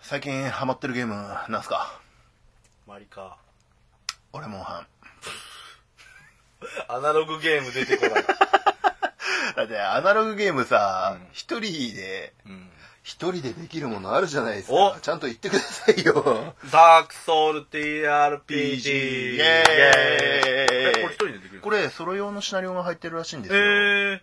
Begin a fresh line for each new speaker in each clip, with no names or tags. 最近ハマってるゲームなんすか
マリカ。
俺もハン。
アナログゲーム出てこない。
だってアナログゲームさ
うん、
一、人で、
うん。
一人でできるものあるじゃないです
お
か。ちゃんと言ってくださいよ。
ダークソウル TRPG。
イ
イ
エーイ
えこれ一人ででき る
これ、ソロ用のシナリオが入ってるらしいんです
え
よ。
ー。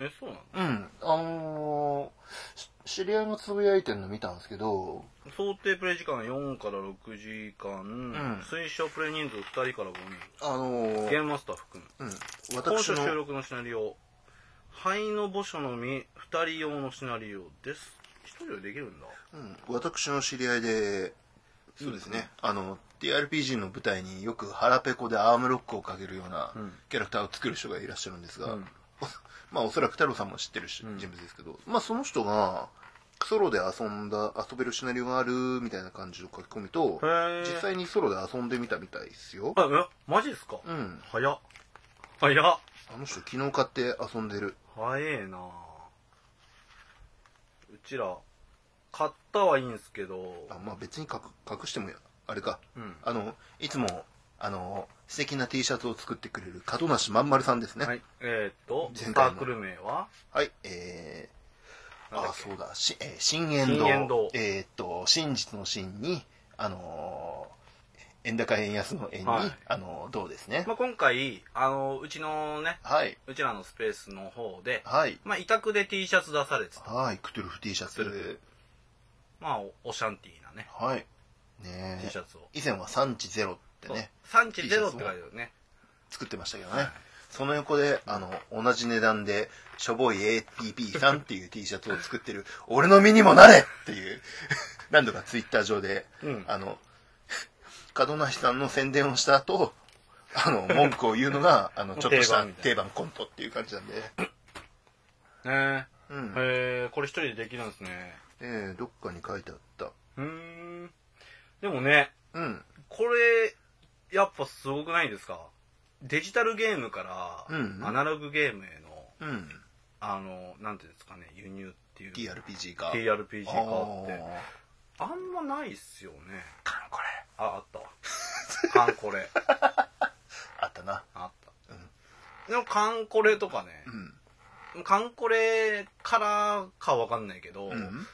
え、そうなの
うん。あのーし知り合いがつぶやいてるの見たんですけど、
想定プレイ時間4から6時間、推奨プレイ人数2人から5人、
あのー
ゲームマスター含む。
うん、
本
私
書収
の、
録のシナリオ、灰の墓所のみ、2人用のシナリオです。1人でできるんだ。
うん、私の知り合いで、そうですね、あの、TRPG の舞台によく腹ペコでアームロックをかけるような
うん
キャラクターを作る人がいらっしゃるんですが、
うん
おまあおそらく太郎さんも知ってるし、
うん
人物ですけど、まあその人がソロで遊んだ、遊べるシナリオがあるみたいな感じの書き込みと、
へ
実際にソロで遊んでみたみたいですよ。
あ、え、マジですか
うん、
早っ。早っ。
あの人昨日買って遊んでる。
早えなうちら、買ったはいいんすけど、
あまあ別に隠隠してもやあれか
うん。
あのいつもあの素敵な T シャツを作ってくれる門梨まんまるさんですねは、
はいい。えー、っと、サ
前回の
ークル名は
えー、
なんだ
あ
っけ
そうだし、えー、新縁堂
新円堂
えーっと真実の真にあのー円高円安の円に、
はい
あのーどうですね
まあ、今回、あの、うちのね、
はい、
うちらのスペースの方で、
はい
まあ、委託で T シャツ出されてた。
はいクトゥルフ T シャ
クトゥル
ツ
フまあ、おオシャンティーなね、
はいね
T シ
え
ャツを。
以前は産地ゼロって
そう
ね
産地ゼロって書いてあるね。
作ってましたけどね、その横であの同じ値段でしょぼい APP さんっていう T シャツを作ってる俺の身にもなれっていう 何度かツイッター上で、
うん
あの 門梨さんの宣伝をした後あの文句を言うの があのちょっとした
定番みたいな
定番コントっていう感じなんで、
ね
う
え
ん
へえ、これ一人でできるんですね。
ええどっかに書いてあった
うーん。でもね、
うん
これ、やっぱすごくないですかデジタルゲームか
うん
ら、アナログゲームへの、
うん
あの、なんていうんですかね、輸入っていう。
TRPG か
TRPG
あ
化っ
ー
て。あんまないっすよね。
かんこれ
あ、あったわ。カンコレ。
あったな
あった。でもカンコレとかね
う、ん
カンコレからかわかんないけど、
うん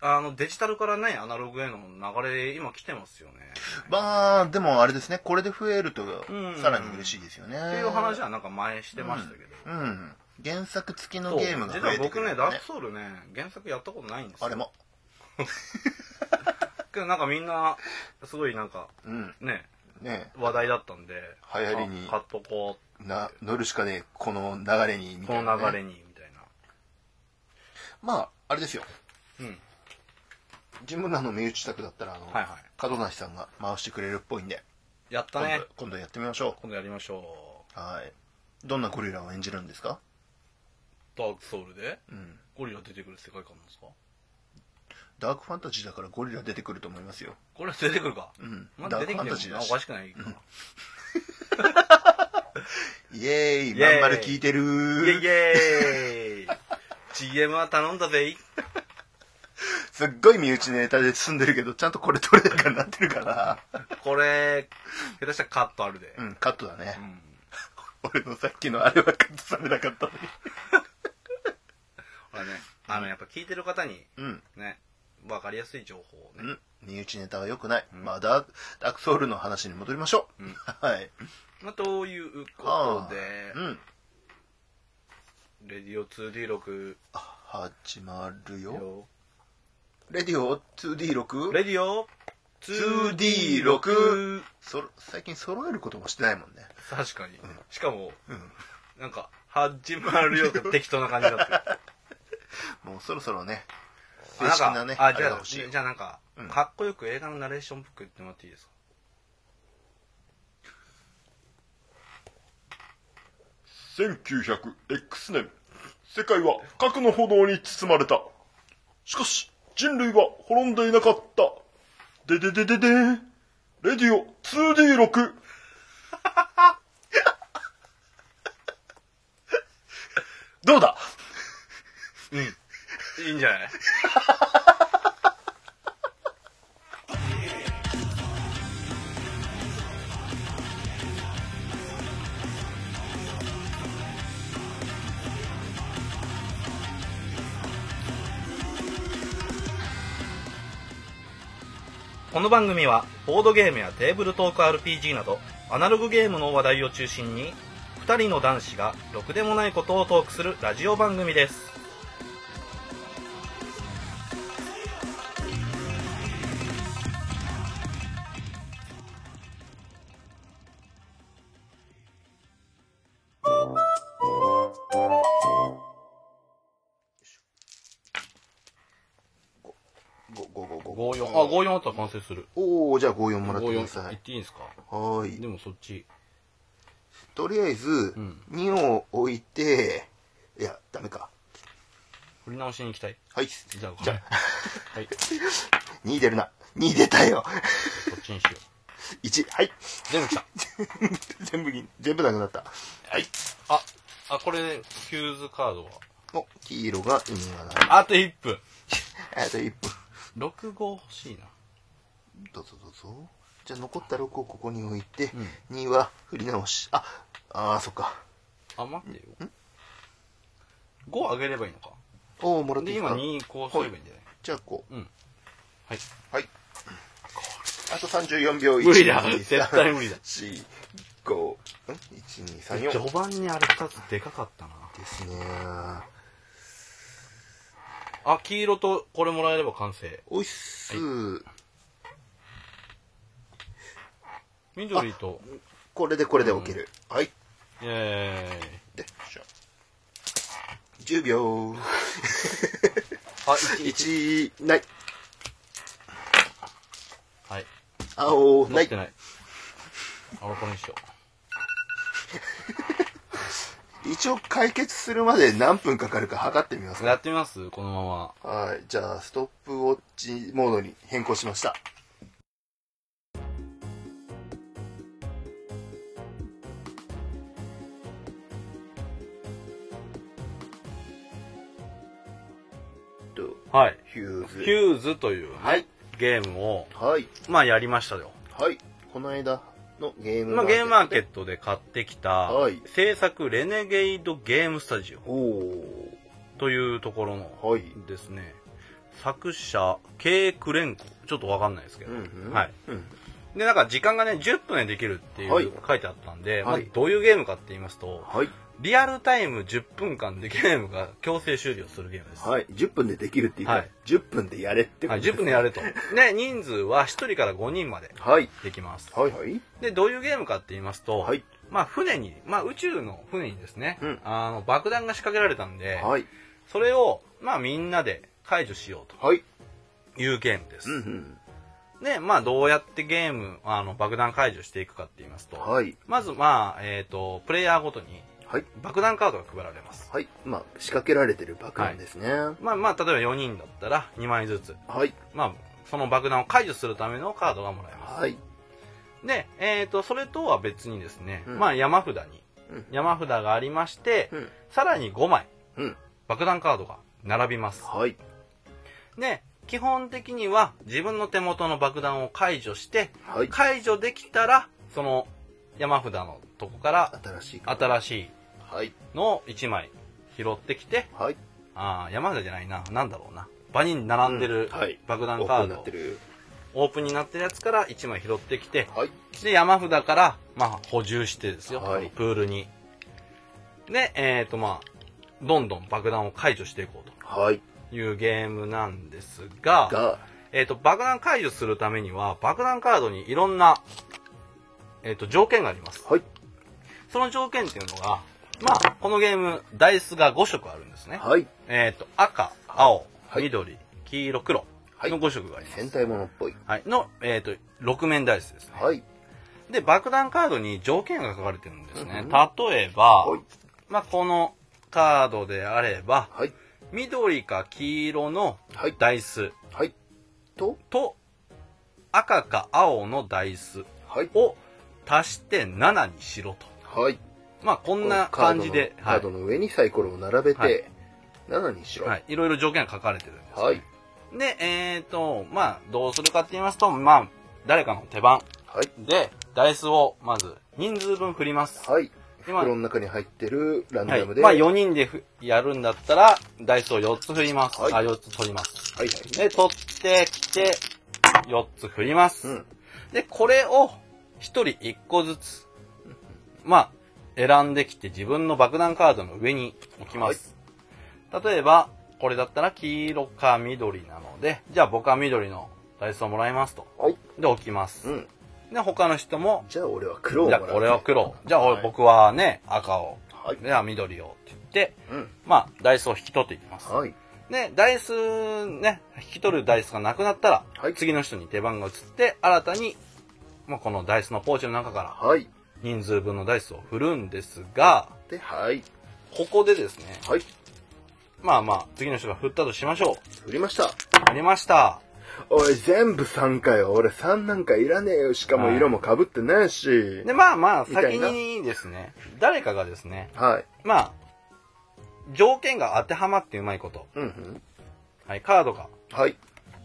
あの、デジタルからね、アナログへの流れ、今来てますよね。
まあでもあれですねこれで増えると
うん
さらに嬉しいですよね、
っていう話はなんか前してましたけど。
うん原作付きの
そう
ゲームが増えてくる
実は僕ね、
よ
ダークソウルね、原作やったことないんですよ。
あれ。も
けどなんかみんな、すごいなんか、
うん
ね、
ね
話題だったんで、
流行りに
あ買っとこう、
な乗るしかねえこの流れにみた
こ
いな、ね、
の流れに、みたいな。
まああれですよ
うん。
自分らの身内宅だったらあの、
はいは
門梨さんが回してくれるっぽいんで
い。やった
今度,、
ね。
今度やってみましょ
今度やりましょ
うはいどんなゴリラを演じるんですか
う。ダークソウルで、
うん
ゴリラ出てくる世界観なんですか
ダークファンタジーだからゴリラ出てくると思いますよ
ゴリラ出てくるか。
うん
まあ、
ダー
出
ク
て
ファンタ
きても
ジーだし
おかしくないかな。
イエーイ
イエーイ
まんまる聞いてる
イェイイェイ !GM は頼んだぜい
すっごい身内ネタで進んでるけどちゃんとこれ取れ高になってるから
これ、下手したらカットあるで。
うん、カットだね
う。ん。
俺のさっきのあれはカットされなかったのに。
これね、あの、やっぱ聞いてる方に、
うん。
ね、わかりやすい情報を
う
ね。
ん。身内ネタは良くない。
うん
まあダーク、ダークソウルの話に戻りましょう。
うん
はい。
まあ、ということで、
うん。
レディオ 2D6
あ始まるよ。
よ。
レディオ 2D6?
レディオ
2D6 そろ最近揃えることもしてないもんね。
確かに。しかも、
うん。
なんか、始まるよと適当な感じになってる。
もうそろそろね、
あ
正式なね、
あ、
あ
じ
れが
ゃあ、
欲しいよ。
じゃあなんか
うん、
かっこよく映画のナレーションっぽく言ってもらっていいですか
1900X 年世界は核の炎に包まれたしかし人類は滅んでいなかったでででででーんレディオ 2D6 どうだ
うん。いいんじゃないこの番組はボードゲームやテーブルトーク RPG などアナログゲームの話題を中心に2人の男子がろくでもないことをトークするラジオ番組です
ご、ご、ご、ご、
54あ54あったら完成する
おおじゃあ54もらってくだ
54
さ
い
い。
っていいんですか
はー
で
い。
もそっち
とりあえず
うん、
2を置いて、いや、ダメか。
振り直しに行きたい
はい。
じゃあじゃはいこ
2出るな。2出たよ。
っちにしよう
1、はい。
全部来た
全部に、全部なくなった。はい。
ああこれキューズカードは
お、黄色が意味がない。
あと1分
あと1分。
6号欲しいな
どうぞどうぞ。じゃあ残った6をここに置いて、
う
2は振り直し。あ、あー、そっか。
あ待ってよ5あげればいいのか
おおもらってい
で
いです
今
か
2こうすればいいんじゃない
じゃあこう。
うんはい
はい。あと34秒。
無理だ
1 2 3
絶対無理だ
4、5、ん ?1、2、3、4。
序盤にあれ2つでかかったな
ですね。
あ黄色とこれもらえれば完成
おいっす、
緑と
これでこれで置ける。はい。
イエーイ
で、じゃ10秒。
あ1
1、ない。
はい
青、な
取っ
い
て。ないあ俺これにしよ
一応解決するまで何分かかるか測ってみます
う
か。
やってみますこのまま
はい。じゃあ、ストップウォッチモードに変更しました。と
はい
ヒューズ。
ヒューズというね
はい
ゲームを
はい。
まあやりましたよ
はい。この間のゲーム
まあゲームマー
ト
ケットで買ってきた
はい
制作レネゲイドゲームスタジオ
おお
というところの
ー。はい。
ですね作者 K クレンコちょっとわかんないですけど、はい、
うん。
でなんか時間がね10分でできるってい
は
う
い
書いてあったんで、
はい
まあどういうゲームかって言いますと
はい。
リアルタイム10分間でゲームが強制終了するゲームです、
はい。10分でできるっていうか、
はい
10分でやれってこ
はい
とです、
10分でやれとで人数は1人から5人まで
はい。
できます
はいはい。
でどういうゲームかって言いますと、
はい
まあ船に、まあ、宇宙の船にですね、
うん
あの爆弾が仕掛けられたんで、
はい。
それを、まあ、みんなで解除しよう
はい。
というゲームです、
うんうん。
で、まあ、どうやってゲーム、あの、爆弾解除していくかって言いますと、
はい。
まず、まあ、えっ、と、プレイヤーごとに
はい。
爆弾カードが配られます。
はい。まあ、仕掛けられてる爆弾ですね。は
まあ、まあ、例えば4人だったら2枚ずつ、
い。
まあ、その爆弾を解除するためのカードがもらえます。
はい。
で、えっ、と、それとは別にですね、
うん
まあ、山札に
うん、
山札がありまして、
うん。
さらに5枚、
うん。
爆弾カードが並びます。
はい。
で、基本的には自分の手元の爆弾を解除して、
はい。
解除できたら、その山札のとこから
新しい。
新しい
はい。
のを1枚拾ってきて、
はい。
あー山札じゃないな、なんだろうな。場に並んでる
うんはい
爆
オ
弾カ
ープン
ー
にな
ド
って、る。
オープンになってるやつから1枚拾ってきて、
はい。
で、山札から、まあ、補充してですよ、
はい
プールに。で、えっ、と、まあ、どんどん爆弾を解除していこう
はい。
というゲームなんですが、
が、
えっ、と、爆弾解除するためには、爆弾カードにいろんな、えっ、と、条件があります。
はい。
その条件っていうのが、まあ、このゲーム、ダイスが5色あるんですね。
はい。
えっ、と、赤、青、
はい
緑、黄色、黒
はい
の5色があります。
戦隊ものっぽい。
はい。の、えっ、と、6面ダイスですね。
はい。
で、爆弾カードに条件が書かれてるんですね。
うん
例えば、
はい
まあ、このカードであれば、
はい。
緑か黄色の
はい
ダイス
はい。と、
と、赤か青のダイス
はい。
を足して7にしろと。
はい。
まあ、こんな感じで、
カ
は
ー
い
ドのカードの上にサイコロを並べ
はい
て、7にしろ。
はい。いろいろ条件が書かれてるんです。
はい。
で、えっ、と、まあ、どうするかって言いますと、まあ、誰かの手番
はい。
で、ダイスをまず人数分振ります。
はい。
今
袋の中に入ってるラン
は
ダ
い。
ムで。
まあ、4人でふやるんだったら、ダイスを4つ振ります。
はい
あ、4つ取ります。
はいはい。
で、取ってきて、 4つ振ります。
うん
で、これを1人1個ずつ、まあ、選んできて自分の爆弾カードの上に置きます。例えば、これだったら黄色か緑なので、じゃあ僕は緑のダイスをもらいますと。
はい
で、置きます。
うん。
で、他の人も、
じゃあ俺は黒を
じ
もら
ゃあ
う。
これは黒。じゃあ
は
俺
い
僕はね、赤を。
はい。
じゃあ緑をって言って、
うん。
まあ、ダイスを引き取っていきます。
はい。
で、ダイス、ね、引き取るダイスがなくなったら、
はい
次の人に出番が移って、新たに、まあ、このダイスのポーチの中から、
はい。
人数分のダイスを振るんですが、
で、はい。
ここでですね、
はい。
まあまあ、次の人が振ったとしましょう。
振りました。
ありました。
おい、全部3かよ。俺3なんかいらねえよ。しかも色も被ってないし。
で、まあまあ、
みた
先
いな
にですね、誰かがですね、
はい。
まあ、条件が当てはまってうまいこと。
うんうん。
はい、カードが
はい。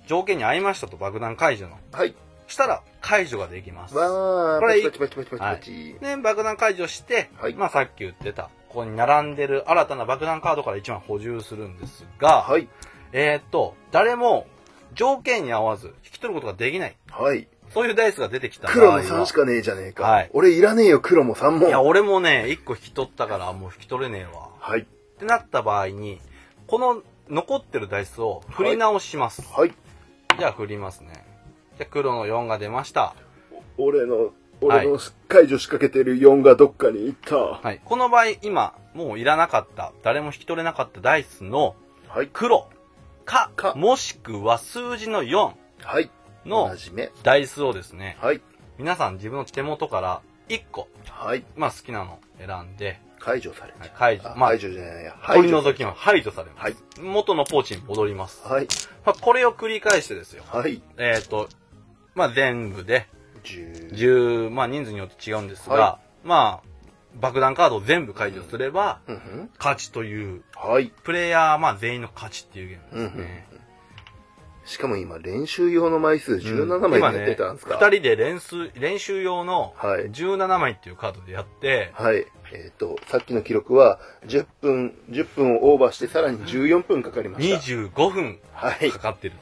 条件に合いましたと爆弾解除の。
はい。
したら、解除ができます。
わー。
これ
パチパチパチパチパチパチ。
で、爆弾解除して、
はい
まあさっき言ってた、ここに並んでる新たな爆弾カードから1枚補充するんですが、
はい。
えーっと、誰も条件に合わず引き取ることができない。
はい。
そういうダイスが出てきた場合
黒
は
の3しかねえじゃねえか。
はい
俺いらねえよ、黒も3も。
いや、俺もね、1個引き取ったからもう引き取れねえわ。
はい。
ってなった場合に、この残ってるダイスを振り直します。
はい。
じゃあ振りますね。じゃあ黒の4が出ました。
俺の、俺の解除仕掛けてる4がどっかに行った。は
はい。この場合、今、もういらなかった、誰も引き取れなかったダイスの、
い。
黒か
か
もしくは数字の4
はい。
の
同じ目。
ダイスをですね、
はい。
皆さん自分の手元から1個、
はい。
まあ好きなの選んで、
解除され
は
た
い。解除、
あ
まあ
解、除じゃないや。
取り除きの排除されます。
はい
元のポーチに戻ります。
はい。
まあ、これを繰り返してですよ。
はい。
えっ、と、まあ全部で
10。
10、まあ人数によって違うんですが、
は
まあ、爆弾カードを全部解除すれば、
うんうん。
勝ちという、
はい。
プレイヤー、まあ全員の勝ちっていうゲームですね。
しかも今、練習用の枚数17枚やってたんですか、
今ね、2人で練習練習用の
はい
17枚っていうカードでやって、
はい。えっ、と、さっきの記録は、10分、10分をオーバーして、さらに14分かかりました。
25分
はい
か。かってる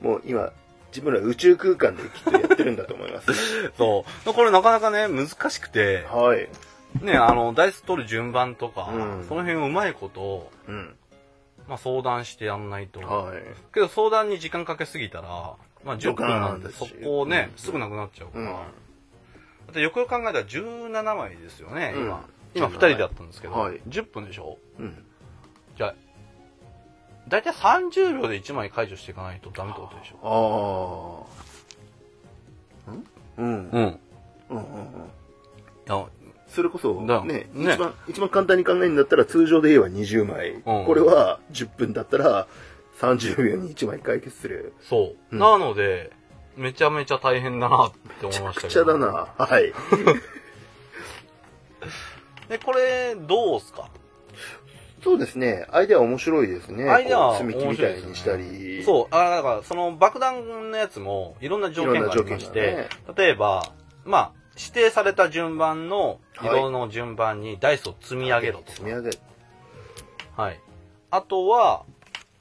もう今、自分ら宇宙空間できっとやってるんだと思います。
と。そう。これなかなかね、難しくて、
はい。
ね、あの、ダイス取る順番とか、
うん
その辺うまいことを、
うん。
まあ相談してやんないと。
はい。
けど相談に時間かけすぎたら、まあ10分なんで、
ドカー
そ
ンだし
こをね、すぐなくなっちゃうか
う
ら。
ん。
だってよくよく考えたら17枚ですよね、今。
うん
今2人だったんですけど、
はい
10分でしょ
うん。
じゃあ、だいたい30秒で1枚解除していかないとダメってことでしょ
ああ。んうん。
うん。い
うんうんうん。
や、
それこそ、
だ
ね、
ね
一番、一番簡単に考えるんだったら、通常で言えば20枚。これは10分だったら、30秒に1枚解決する。
そう。
うん
なので、めちゃめちゃ大変だなって思いましたけど。
くちゃだ。な。はい。
で、これ、どうすか
そうですね。アイデア面白いですね。
アイデア
こう
は
積み木みたいにした
面
り。う。
そう、あだから、その爆弾のやつも、いろんな条件がありまし
いろんな
て
条、
例えば、まあ、指定された順番の
はい
色の順番にダイスを積み上げろと
積み上げ。
はい。あとは、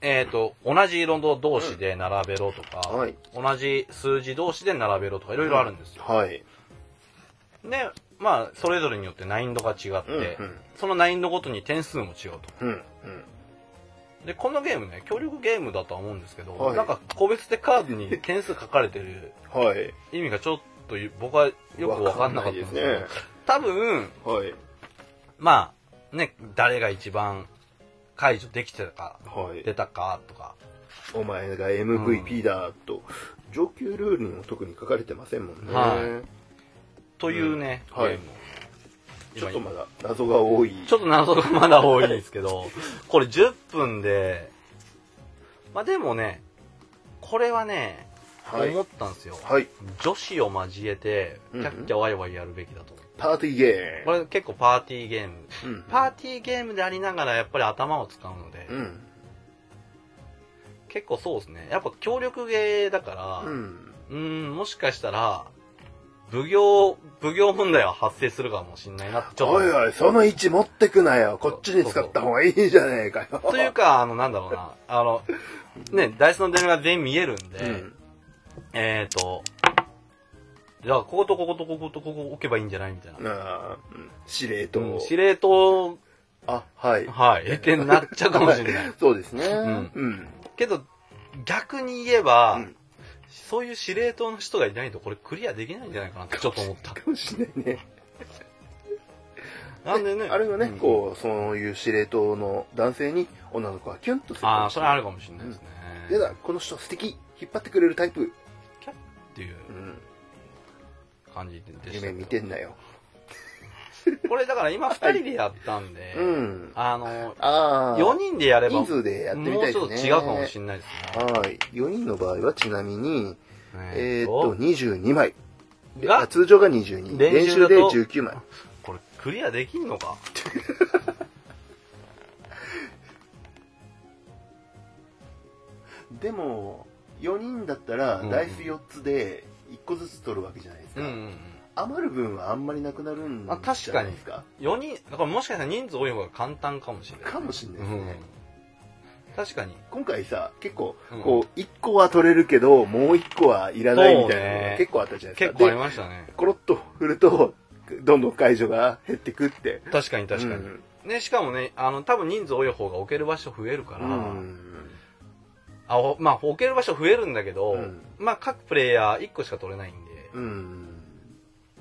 えっ、と、同じ色の同士で並べろとか、
うんはい
同じ数字同士で並べろとか、いろいろあるんですよ。
はい。
で、まあ、それぞれによって難易度が違って、
うんうん
その難易度ごとに点数も違うと。
うん。うん。
で、このゲームね、協力ゲームだとは思うんですけど、
はい
なんか個別でカードに点数書かれてる
はい。
意味がちょっとゆ僕はよくわかんなかったんですけど、
わかんないで
多分、
はい。
まあ、ね、誰が一番解除できてたか、
はい
出。たかとか、
お前が MVP だと、上級ルールにも特に書かれてませんもんね。
はというね、
うんはい
ゲームを
ちょっと
今
まだ謎が多い。
ちょっと謎がまだ多いんです けど、これ10分で、まあでもね、これはね、
はい
思ったんですよ。
はい。
女子を交えて、キ
うんうん
ャッキャワイワイやるべきだと。
パーティーゲ
これ結構パーティーゲーム。
ーム。
パーティーゲームでありながらやっぱり頭を使うので、
うん。うん。
結構そうですね。やっぱ協力ゲーだから、
う。
うんーん、もしかしたら、奉行、奉行問題は発生するかもしんないなって、ちょっと。
おいおい、その位置持ってくなよ。こっちに使った方がいいじゃねえかよ。
というか、あの、なんだろうな、あの、ね、ダイスの出目が全員見えるんで、
うん
えっ、ー、と、じゃあ、こことこことこことここ置けばいいんじゃないみたいな。
あーうん司令塔、
うん、司令塔、
あ、はい。
はい、 ってなっちゃうかもしれない。
そうですね。
ん
うん。
けど、逆に言えば、
うん
そういう司令塔の人がいないとこれクリアできないんじゃないかな ってちょっと思った。
かもしれないね。
なんで ね。
あれがね、
うん
こう、そういう司令塔の男性に女の子はキュンとする。
ああ、それはある
か
かもしれないですね。
もしれない。やだ、この人素敵引っ張ってくれるタイプ。
っていう
うん。
感じでしたけど
夢見てんなよ。
これだから今2人でやったんで、
うん。
あの、
ああ。
4人でやれば、
人数でやってみたいですね。
もうちょっと違うかもしれないです
はい。4人の場合はちなみに、
ね。
えーっと、、22枚。で
が
あ通常が22。
練
練
習だ
習
と
で19枚。
これクリアできんのか
でも、4人だったら、
うん
ダイス4つで1個ずつ取るわけじゃないですか。余る分はあんまりなくなるんじ
まあ
ゃ
確かに
ないですか。
4人、だからもしかしたら人数多い方が簡単かもしれない。
かもしれないですね。
うん確かに。
今回さ、結構
うん、
こう、1個は取れるけど、もう1個はいらないみたい
そう
なの
ね
が結構あったじゃないです
結
か。
構あり
で、
ましたね。
コロッと振ると、どんどん解除が減ってくって。
確かに確
う
かに。
ん
ね、しかもね、あの、多分人数多い方が置ける場所増えるから、
うん
あおまあ置ける場所増えるんだけど、
うん
まあ各プレイヤー1個しか取れないんで、
うん。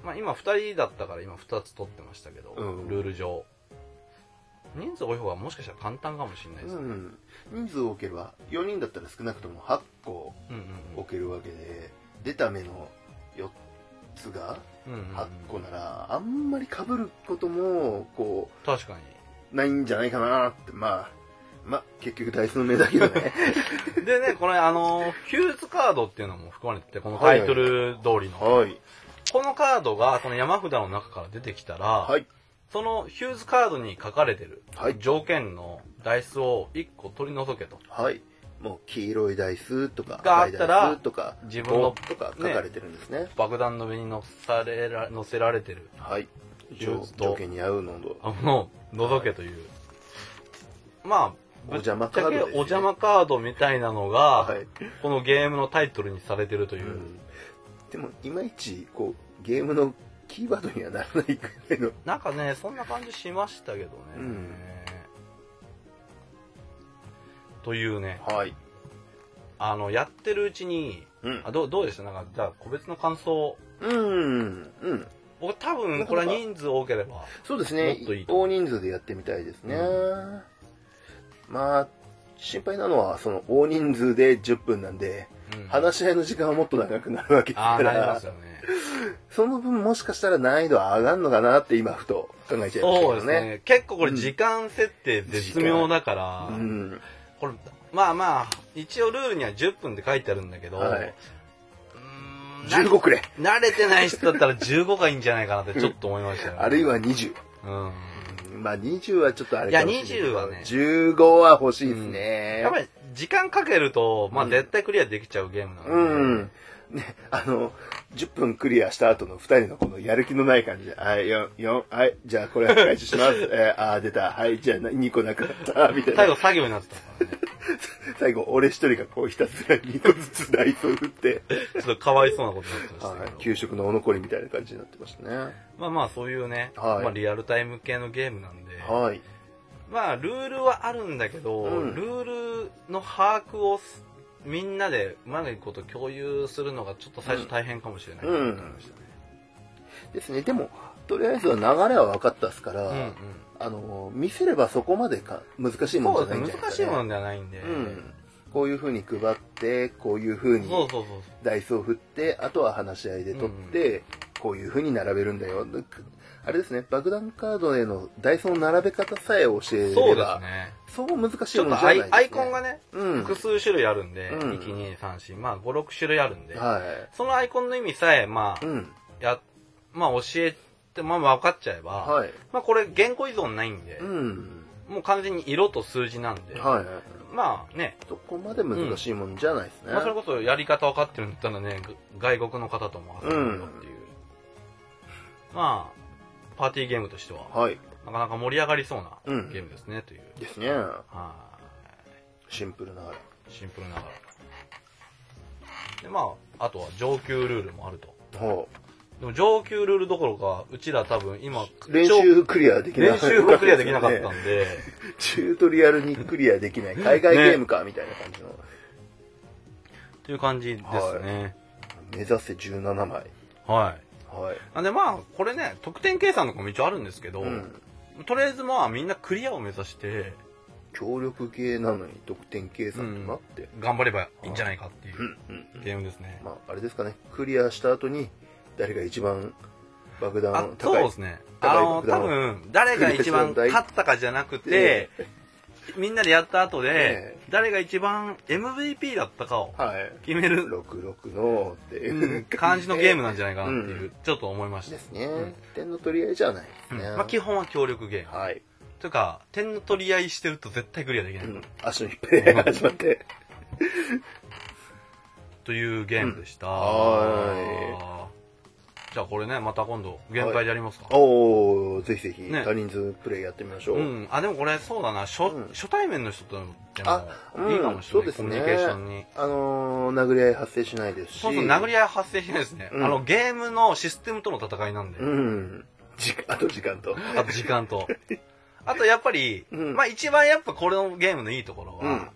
まあ今2人だったから今2つ取ってましたけど、
うん
ルール上。人数多い方がもしかしたら簡単かもしれない
う
です。
ん。人数を置けば、4人だったら少なくとも8個
うんうん
置けるわけで、出た目の4つが
うんうんうん
8個なら、あんまり被ることも、こ
確か
う、ないんじゃないかなって、まあ、まあ、結局ダイスの目だけどね。
に。 でね、これあの、ヒューズカードっていうのも含まれてて、このタイトル通りの。
はい。
このカードがその山札の中から出てきたら、
はい。
そのヒューズカードに書かれてる
はい
条件のダイスを1個取り除けと。
はい。もう、黄色いダイスとか、
があ
赤
っ
い
たら
ダイスとか、
自分の
棒とか書かれてるんですね。
爆弾の上に乗されら、乗せられてる
はい。
ヒュー
条
ズ
条
と、
件に合うのと。
あの、除けという。まあ、
お邪魔カード
ぶっちゃ
です
け
ね
お邪魔カードみたいなのが、
はい。
このゲームのタイトルにされてるというう。
んでも、いまいち、こう、ゲームのキーワードにはならないくらいの。
なんかね、そんな感じしましたけどね。
うん
というね、
はい。
あの、やってるうちに、
うん
あどうどうでしたなんか、じゃあ、個別の感想。
うん。うん。
僕、多分、
な
こ
か
れ
なか
は人数多ければ。
そうです
も
ね。
っといいと
大人数でやってみたいですね。
う
まあ、心配なのは、その、大人数で10分なんで、
うん
話し合いの時間はもっと長くなるわけです
あ
か
あ、なりま
ら
す、よね。
その分もしかしたら難易度は上がるのかなって今、ふと考えちゃいましたけどね。
そうですね。結構これ、時間設定絶妙だから、
うん。
これ、まあまあ、一応ルールには10分って書いてあるんだけど、
はいう
ーんな
15くれ
慣れてない人だったら15がいいんじゃないかなってちょっと思いましたよね。
あるいは、20。
うん。
まあ20はちょっとあれかもしれないけど。
いや20はね
15は欲しいですね。
やっぱり時間かけると、まあ
うん
絶対クリアできちゃうゲームなので、
うん。ね、あの、10分クリアした後の2人のこのやる気のない感じで、はい、4、4、はい、じゃあこれ開始し ます。えー、あー出た。はい、じゃあ2個なくなった。みたい
最後
な。
作業になってたからね。
最後、俺一人がこうひたすら2個ずつダイスを打って、
ちょっとかわいそうなことになってました
はい、
けど。
給食のお残りみたいな感じになってましたね。
まあまあそういうね、
はい
まあリアルタイム系のゲームなんで、
はい。
まあルールはあるんだけど、
うん
ルールの把握をすみんなでうまくいくこと共有するのがちょっと最初大変かもしれないなと思いましたね。
ですね。でも、とりあえずは流れは分かったですから、
うんうん
あの、見せればそこまでか難しいもんじゃ
そうで
ないん
す
じ
ね
ゃない
難しいものではないんで、
うん。こういう風に配って、こういう風に
そうそうそう
ダイスを振って、あとは話し合いで取って、こういう風に並べるんだよ。あれですね、爆弾カードへのダイスの並べ方さえ教え
そ
れ
うです
ば、
ね
そう,、難しい
ちょ
も
っ
ん
と
じゃな
ア
いです、ね。
イアイコンがね、
うん。
複数種類あるんで、
うん
1234まあ56種類あるんで、
は
そのアイコンの意味さえま
い。
あ
うん。
やまあ教えてまあ分かっちゃえば、
はい。
まあこれ言語依存ないんで、
うん。
もう完全に色と数字なんで、
はい。
まあね、
そこまで難しいもんじゃないですね。
まあ、それこそやり方分かってるんだったらねぐ外国の方とも遊べるよっていう、まあパーティーゲームとしては
はい。
なかなか盛り上がりそうな
うん
ゲームですね、という
ですね。
はい
シンプルながら。
シンプルながら。で、まあ、あとは上級ルールもあると。
ほ
でも上級ルールどころか、うちら多分今、
う練習クリアできなか
練
った。
習をクリアできなかった
ね
ん で、
チュートリアルにクリアできない。海外ゲームか、みたいな感じの。
っていう感じですね。
目指せ17枚。
はい。
はい。
なんでまあ、これね、得点計算とかも一応あるんですけど、
うん
とりあえずまあみんなクリアを目指して、
協力系なのに得点計算となって。、
頑張ればいいんじゃないかっていううん
うん。
ゲームですね。
まあ、あれですかね。クリアした後に、誰が一番爆
あ
弾、
そう
高い
ですね。あ
高い
の、多分、誰が一番勝ったかじゃなくて、みんなでやった後で
え、
誰が一番 MVP だったかを
はい。
決める
66のって
う
い
ん
う
感じのゲームなんじ
ゃ
ゃないかなっていうう、ちょっと思いました
で。すね。点の取り合いじゃないです
うん
ね。
まあ基本は協力ゲーム。
はい。
というか、点の取り合いしてると絶対クリアできな
う
い。
ん足の引っ張り合いが始まって。
というゲームでした。
は
じゃあこれね、また今度、限界でやりますか。
おー、ぜひぜひ、
ね
多人数プレイやってみましょう。
うん、あでもこれそうだな初,、
うん
初対面の人とでも
あうん
いいかもし
そ
れ
う
ない、
です
コ
ね
ミュニケーションに
あのー、殴り合い発生しないですし。
そうそう殴り合い発生しないですね、
うん
あのゲームのシステムとの戦いなんで、
うん。じ あと時間と。
あと時間と あとやっぱり、
うん
まあ一番やっぱこれのゲームのいいところ
う
は、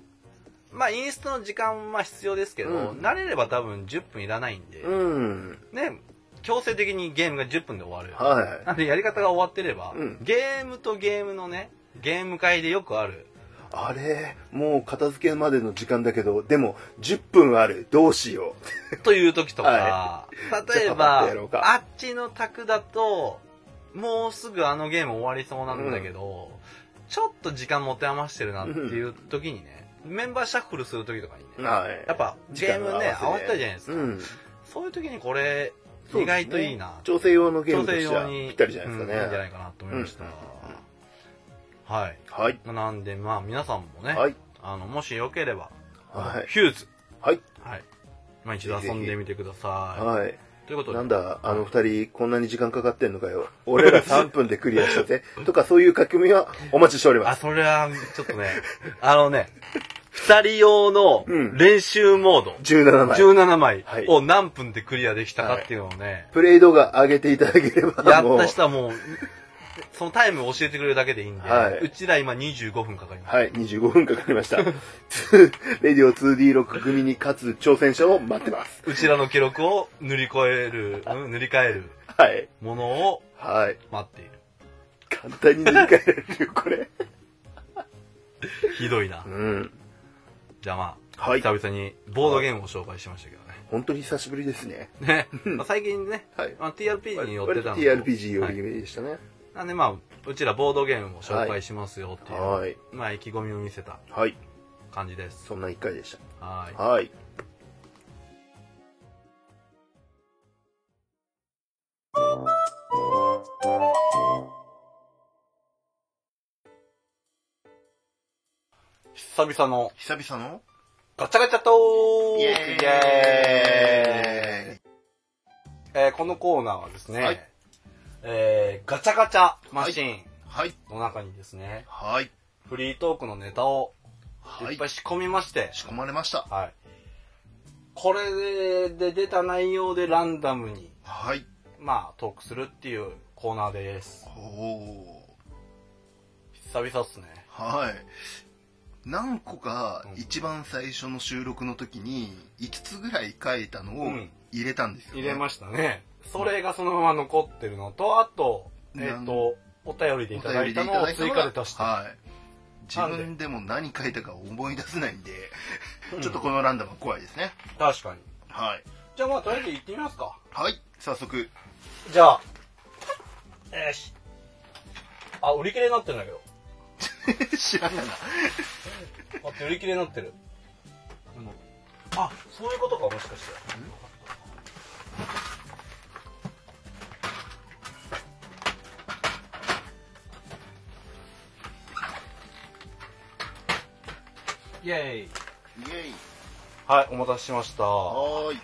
まあインストの時間は必要ですけど、
うん
慣れれば多分10分いらないんで、
うん。
ね強制的にゲームが10分で終わる、
はい。
なんでやり方が終わってれば、
うん
ゲームとゲームのねゲーム会でよくある
あれ、もう片付けまでの時間だけど、でも、10分ある。どうしよ
という時とか、
は
例え
じゃあパパっ
ば
とやろうか
あっちの卓だともうすぐあのゲーム終わりそうなんだけど、ちょっと時間持て余してるなっていう時にね、メンバーシャッフルする時とかに
う。
ね、
はい
やっぱゲームね合わせたじゃないですか、
うん。
そういう時にこれ
そうですね
意外といいな、
調整用のゲー
調
ムと
整
して
用
は
に
ぴったりじゃないですか
うんいんじゃな
ね。
いかなと思いました、
うん
はい
はい。
まあなんでまあ皆さんもね、
はい。
あのもしよければ、
はい。
ヒューズ
はい。
はい、まあ、一度遊んでみてください、
はい。
ということで
なんだ、あの二人、こんなに時間かかってんのかよ。俺ら3分でクリアしたぜ。とか、そういう書き込みはお待ちしておりま
あ、
す。
それは、ちょっとね、 あのね、二人用の
うん
練習モード、
17枚。
17枚
はい
を何分でクリアできたかっていうのをね、
プレイ動画上げていただければ。
や
も
っ
う
た人はもう、そのタイムを教えてくれるだけでいいんで、
はいう
ちら今25分かかります。
はい、25分かかりました。 つレディオ 2D6 組に勝つ挑戦者を待ってます。
うちらの記録を塗り越える、うん塗り替える
はい。
ものを
はい。
待っている。
簡単に塗り替えられるよ、これ。
ひどいな
う。ん。
じゃあまあ、
はい
久々にボードゲームを紹介しましたけどね。
本当に久しぶりですね。
ね、 まあ最近ね、
はい
まあ、TRPG に寄って
割と
たの
TRPG よ
はい
りでしたね。
なんでまあ、うちらボードゲームも紹介しますよっていう、
はい。
まあ意気込みを見せた
はい。
感じです。
そんな一回でし
はい
た。。はい。
久々の
久々の
ガチャガチャトーク
イエーイ
えーこのコーナーはですね、
はい
えーガチャガチャマシン
はい。
の中にですね、
はい。
フリートークのネタをいっぱい仕込みまして、
仕込まれました。
はい。これで出た内容でランダムに、
はい。
まあトークするっていうコーナーです。
おー。
久々っすね。
はい。何個か
うん
一番最初の収録の時に5つぐらい書いたの
う
を
ん
入れたんですよね。
入れましたね。それがそのまま残ってるのと、あと、えっ、
ね
と、お便りでいただいたのを追加で足して。
はい。自
なんで
分でも何書いたか思い出せないんで、
うん
ちょっとこのランダムは怖いですね。
確かに。
はい。
じゃあまあ、とりあえず行ってみますか。
はい。早速。
じゃあ、よし。あ、売り切れになってるんだけど。
知らんがな。
待って、売り切れになってる。うんあ、そういうことか、もしかして。イェーイ。
イェイ。
はい、お待たせしました。
はーい。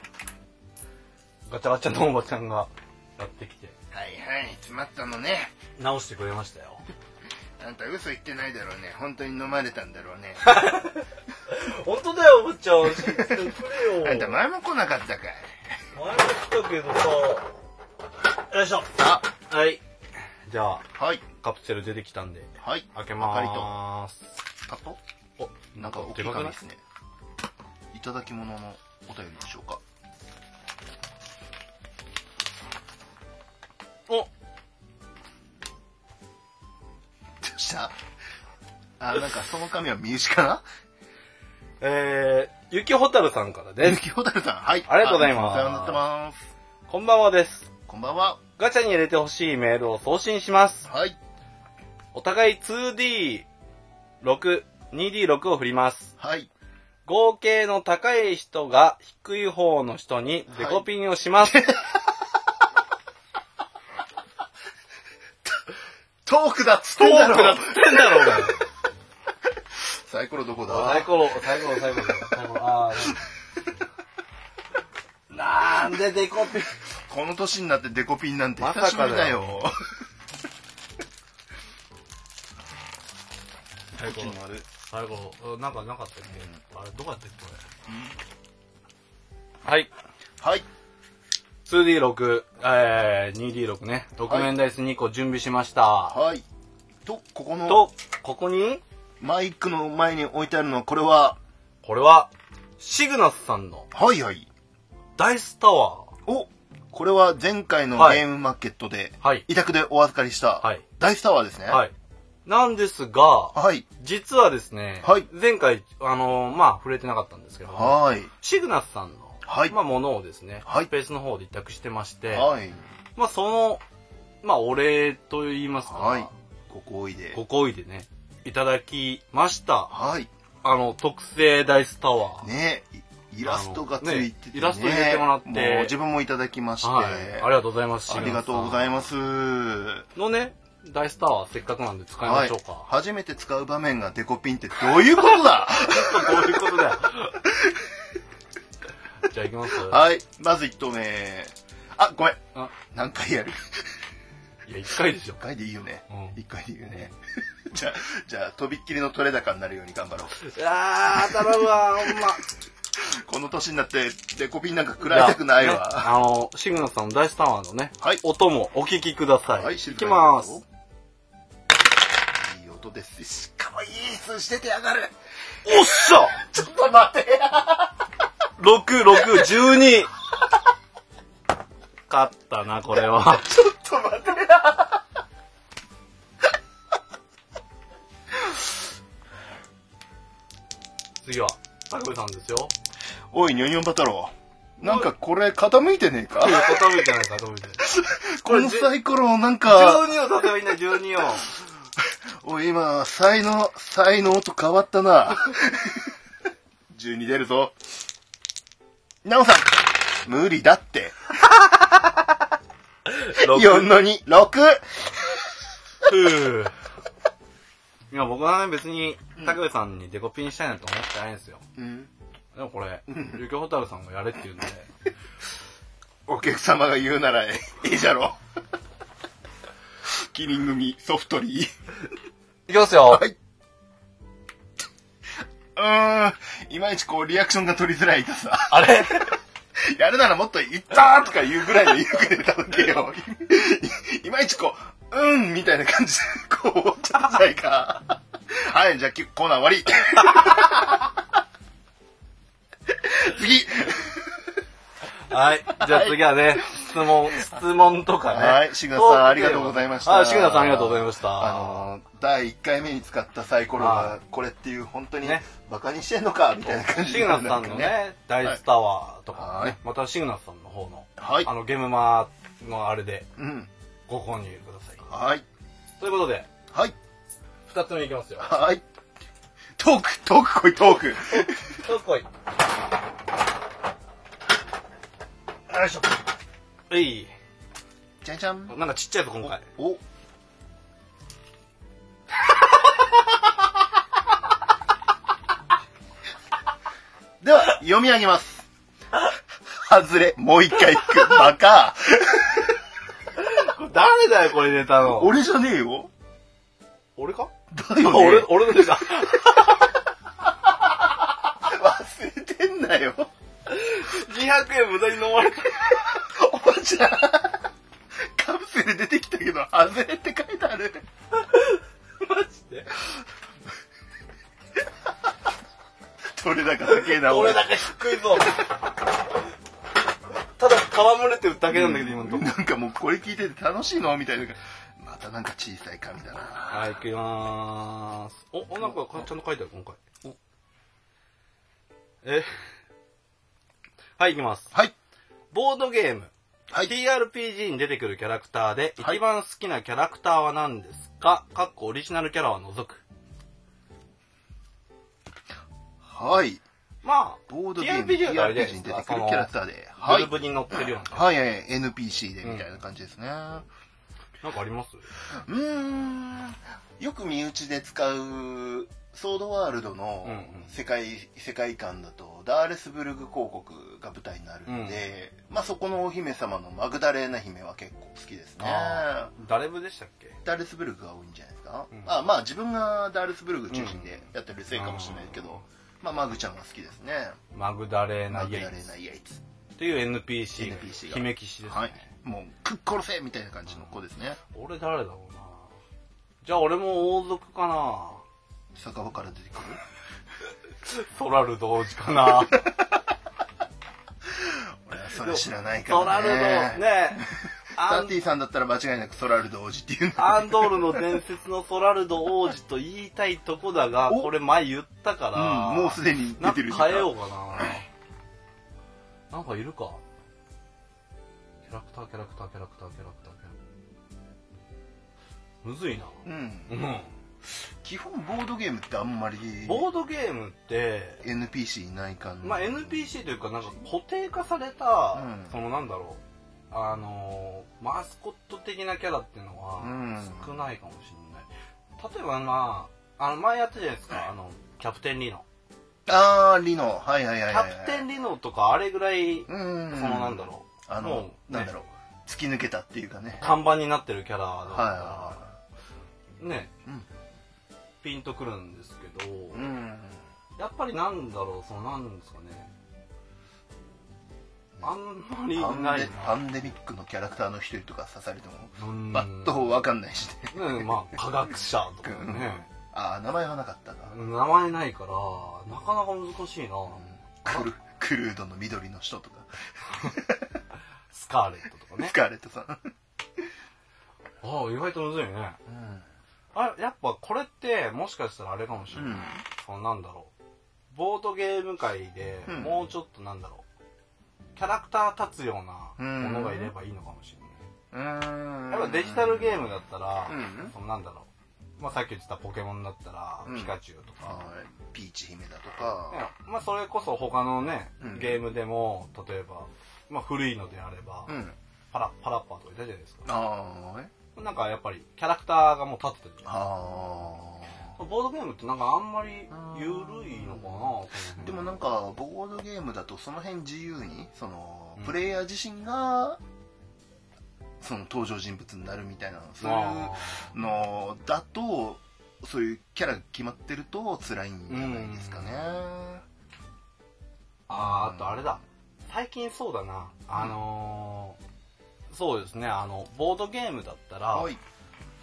ガチャガチャのおばちゃんがやってきて、
はいはい、詰まったのね。
直してくれました よ。
あんた嘘言ってないだろうね。本当に飲まれたんだろうね。
本当だよ、おばちゃん。教えてくれよ。
よ
あんた前も来なかったかい
前も来たけどさよいしょ
あ
はい。じゃあ、
はい
カプセル出てきたんで、
はい
開けま
ありと
ーす。
パッと
お、
なんか大きい紙ですねいただき物のお便りでしょうか
お
どうしたあなんかその紙は身内か
えー、ゆきほたるさんから
な
で
ゆ
す。
きほたるさんはい
ありがとうございます
あお世話になってます
こんばんはです。
こんばんは
ガチャに入れてほしいメールを送信します。
はい
お互い 2D6、2D6 を振ります。
はい
合計の高い人が低い方の人にデコピンをし ます。
トークだっつっ
ト
てんだ
ーク
ろ
だっつってんだろうが。
サイコロどこだ
サイコロ、サイコロ、サイコロ、サイコロ、あーなんでデコピン。
この年になってデコピンなんて
まさ
久しぶ
か
りだ
だよ
よ。
サイコロ
あれ
最後、うんなんかなかったっけあれ、どこやってこれ。はい。
はい。
2D6、えー、2D6 ね。6面ダイス2個準備しました。
はい。と、ここの
と、ここに、
マイクの前に置いてあるのは、これは、
これは、シグナスさんの
はいはい。
ダイスタワー。
おこれは前回の
はい
ゲームマーケットで、
はい
委託でお預かりした、
はい
ダイスタワーですね。。
はいい。なんですが、
はい。
実はですね、
はい
前回、あのーまあ、触れてなかったんですけど、
はい。
シグナスさんの、
はい
まあ、ものをですね、
はい
スペースの方で委託してまして、
はい。
まあ、その、まあ、お礼と言いますか、
はい。ご好意で
ご。好意でね、いただきました。
はい。
あの、特製ダイスタワー。
ねイラストがついてて、ね
ねイラスト入れてもらって
もう自分もいただきまして、
はい。ありがとうございます。
ありがとうござい
す。
ます。
のね、ダイスタワーせっかくなんで使いましょうか。
初めて使う場面がデコピンってどういうこと だ
どういうこと だよ。じゃあ行きます。
はい。まず1投目。あ、ごめん。
あ
何回やる
いや、一回でしょ
?1。回でいいよね。
うん
1回でいいよね。 じゃあ、じゃあ、とびっきりの取れ高になるように頑張ろう。
あー、頼むわ、ほんま。
この年になって、デコピンなんか食らいたくない
じゃ
わ。
あねあの、シグナスさんのダイスタワーのね、
はい
音もお聞きください。
はい、
いきます。お
静かにいい音ですし、かわいい数字出てやがる。
っしゃ
ちょっと待てや。
!6、6、12! 勝ったな、これ は。
ちょっと待てや。
次は、タコさんですよ。
おい、ニョニョンバタロウ。なんかこれ傾いてねえか
いや、傾いてない、傾いてない。
このサイコロなんか、
12を出せばいいんだ、12を。
おい、今、才能、才能と変わった な。12出るぞ。なおさん無理だって。4の2、6!
6。いや、僕はね、別に、タコさんにデコピンしたいなんて思ってないんですよ。
うん。
でもこれ、ゆきほたるさんがやれって言うんで、
お客様が言うならええいいじゃろ。キリン組、ソフトリー。
いきますよ。
うーん、いまいちこう、リアクションが取りづらいとさ。
あれ
やるならもっといったーとか言うぐらいの意欲で歌うけよ。いいまいちこう、うんみたいな感じで、こう、終わっちゃったじゃないか。はい、じゃあきコーナー終わり。次。
はい。じゃあ次はね、質問、質問とかね。
はい、シグナさんありがとうございました。
あ、シグナさんありがとうございました。
あの、第1回目に使ったサイコロ
は
が、これっていう本当に
ね
バカにしてんのか、みたいな感じ
シグナスさんの。ね、ダイスタワーとか
は
ね
い、
またシグナスさんの方の、
はい
あの、ゲームマのあれで
うん。
ご購入ください。
はい。
ということで、
はい。
二つ目いきますよ。
はい。トーク、トーク来い、トーク。
どっこい。よいしょ。うい。
じゃじゃん。
なんかちっちゃいぞ、今回。
お では、読み上げます。外れ、もう一回引く、バカ。
誰だよ、これネタの。
俺じゃねえよ。
俺か
だよ、
あ
ね。
俺、俺の ネタ。
忘れてんなよ。
円無駄に飲まれた。
おばちゃん、カプセル出てきたけど、ハズレって書いてある。
マジで
どれだか高えな、
俺
俺。
だけ低いぞ。ただ戯れてるだけなんだけど、今のとこ。
なんかもうこれ聞いてて楽しいのみたいな。またなんか小さい紙だな。
はい、行きまーす。お、おなんかかちゃんと書いてある、今回。え、はい、行きます。
はい。
ボードゲーム。
はい
TRPG に出てくるキャラクターで、
はい
一番好きなキャラクターは何ですかかっこオリジナルキャラは除く。
はい。
まあ、
ボードゲーム、
TRPG はあれじゃな
TRPG
いで
に
す
出
か
てくるキャラクターで。
グ
はい。
ループに乗ってるような。
はい、はい、NPC でみたいな感じですね。
なんかあります
うーん。よく身内で使う、ソードワールドの
うんうん
世界、世界観だと、ダーレスブルグ公国が舞台になるんで、まあそこのお姫様のマグダレーナ姫は結構好きですね。
あ誰部でしたっけ
ダーレスブルグが多いんじゃないですか、
うん
あまあ自分がダーレスブルグ中心でやってるせいかもしれないけど、まあマグちゃんが好きですね
マグダレーナ・
マ
イ
グダレ
ェイ
ーナイエイツ
ツっていう NPC が
NPC が
姫騎士ですね。
はいもうくっ殺せみたいな感じの子ですね
俺誰だろうなじゃあ俺も王族か な
酒場から出てくる
ソラルド王子かな
俺はそれ知らないか
ソラ
ら
ルド
ね
ね
サ
ア
ン
ン
ティさんだったら間違いなくソラルド王子っていうの
アンドールの伝説のソラルド王子と言いたいとこだが
お
これ前言ったから、
うんもうすでに出
なん
て
か
る
変えようかななんかいるかキャラクターキャラクターキャラクターキャラクターキャラクターむずいな
うん
うん
基本ボードゲームってあんまり
ボードゲームって
NPC いない感じ
まあ、NPC というかなんか固定化された、
うん
そのなんだろうあのーマスコット的なキャラっていうのは
うん
少ないかもしれない、例えばまああの前やったじゃないですかあのキャプテンリノ
ああリノはいはいはいは
キ
い、は
ャ
い、
プテンリノとかあれぐらい
うん
そのなんだろう
あの、
もうね
なんだろう突き抜けたっていうかね
看板になってるキャラだ
はい
か
は
らね、
うん
ピンとくるんですけ
い
ど、
はいうん
やっぱりなんだろうそのなんですかねあんまり
パン
ない
デ
な
パンデミックのキャラクターの一人とか刺されても
うん
バッとわかんないしね
ねまあ、科学者とかね、
ああ名前はなかったか、
名前ないから、なかなか難しいな。
クルクルードの緑の人とか
スカーレットとかね
ス。カーレットさん、
ああ、意外とむずいね。
うん
あやっぱこれって、もしかしたらあれかもしれない。
うん
そのなんだろう。ボードゲーム界で
うん
もうちょっとなんだろう。キャラクター立つような
うん
ものがいればいいのかもしれない。
うーん
やっぱデジタルゲームだったら、
うん
そのなんだろう。まあさっき言ってたポケモンだったら、
うん
ピカチュウとか、
はいピーチ姫だとか、
ねまあそれこそ他のね
うん、
ゲームでも、例えば、まあ古いのであれば、
うん
パラパラッパーとかいたじゃないですか。
あー
なんかやっぱりキャラクターがもう立ってるじゃん
あ
ボードゲームってなんかあんまり緩いのかなこの辺
ーでもなんかボードゲームだとその辺自由にその
うん
プレイヤー自身がその登場人物になるみたいなそういう
あ
のだとそういうキャラが決まってると辛いんじゃないですかね、
ーあーあとあれだ最近そうだなあのーそうですねあのボードゲームだったら、
はい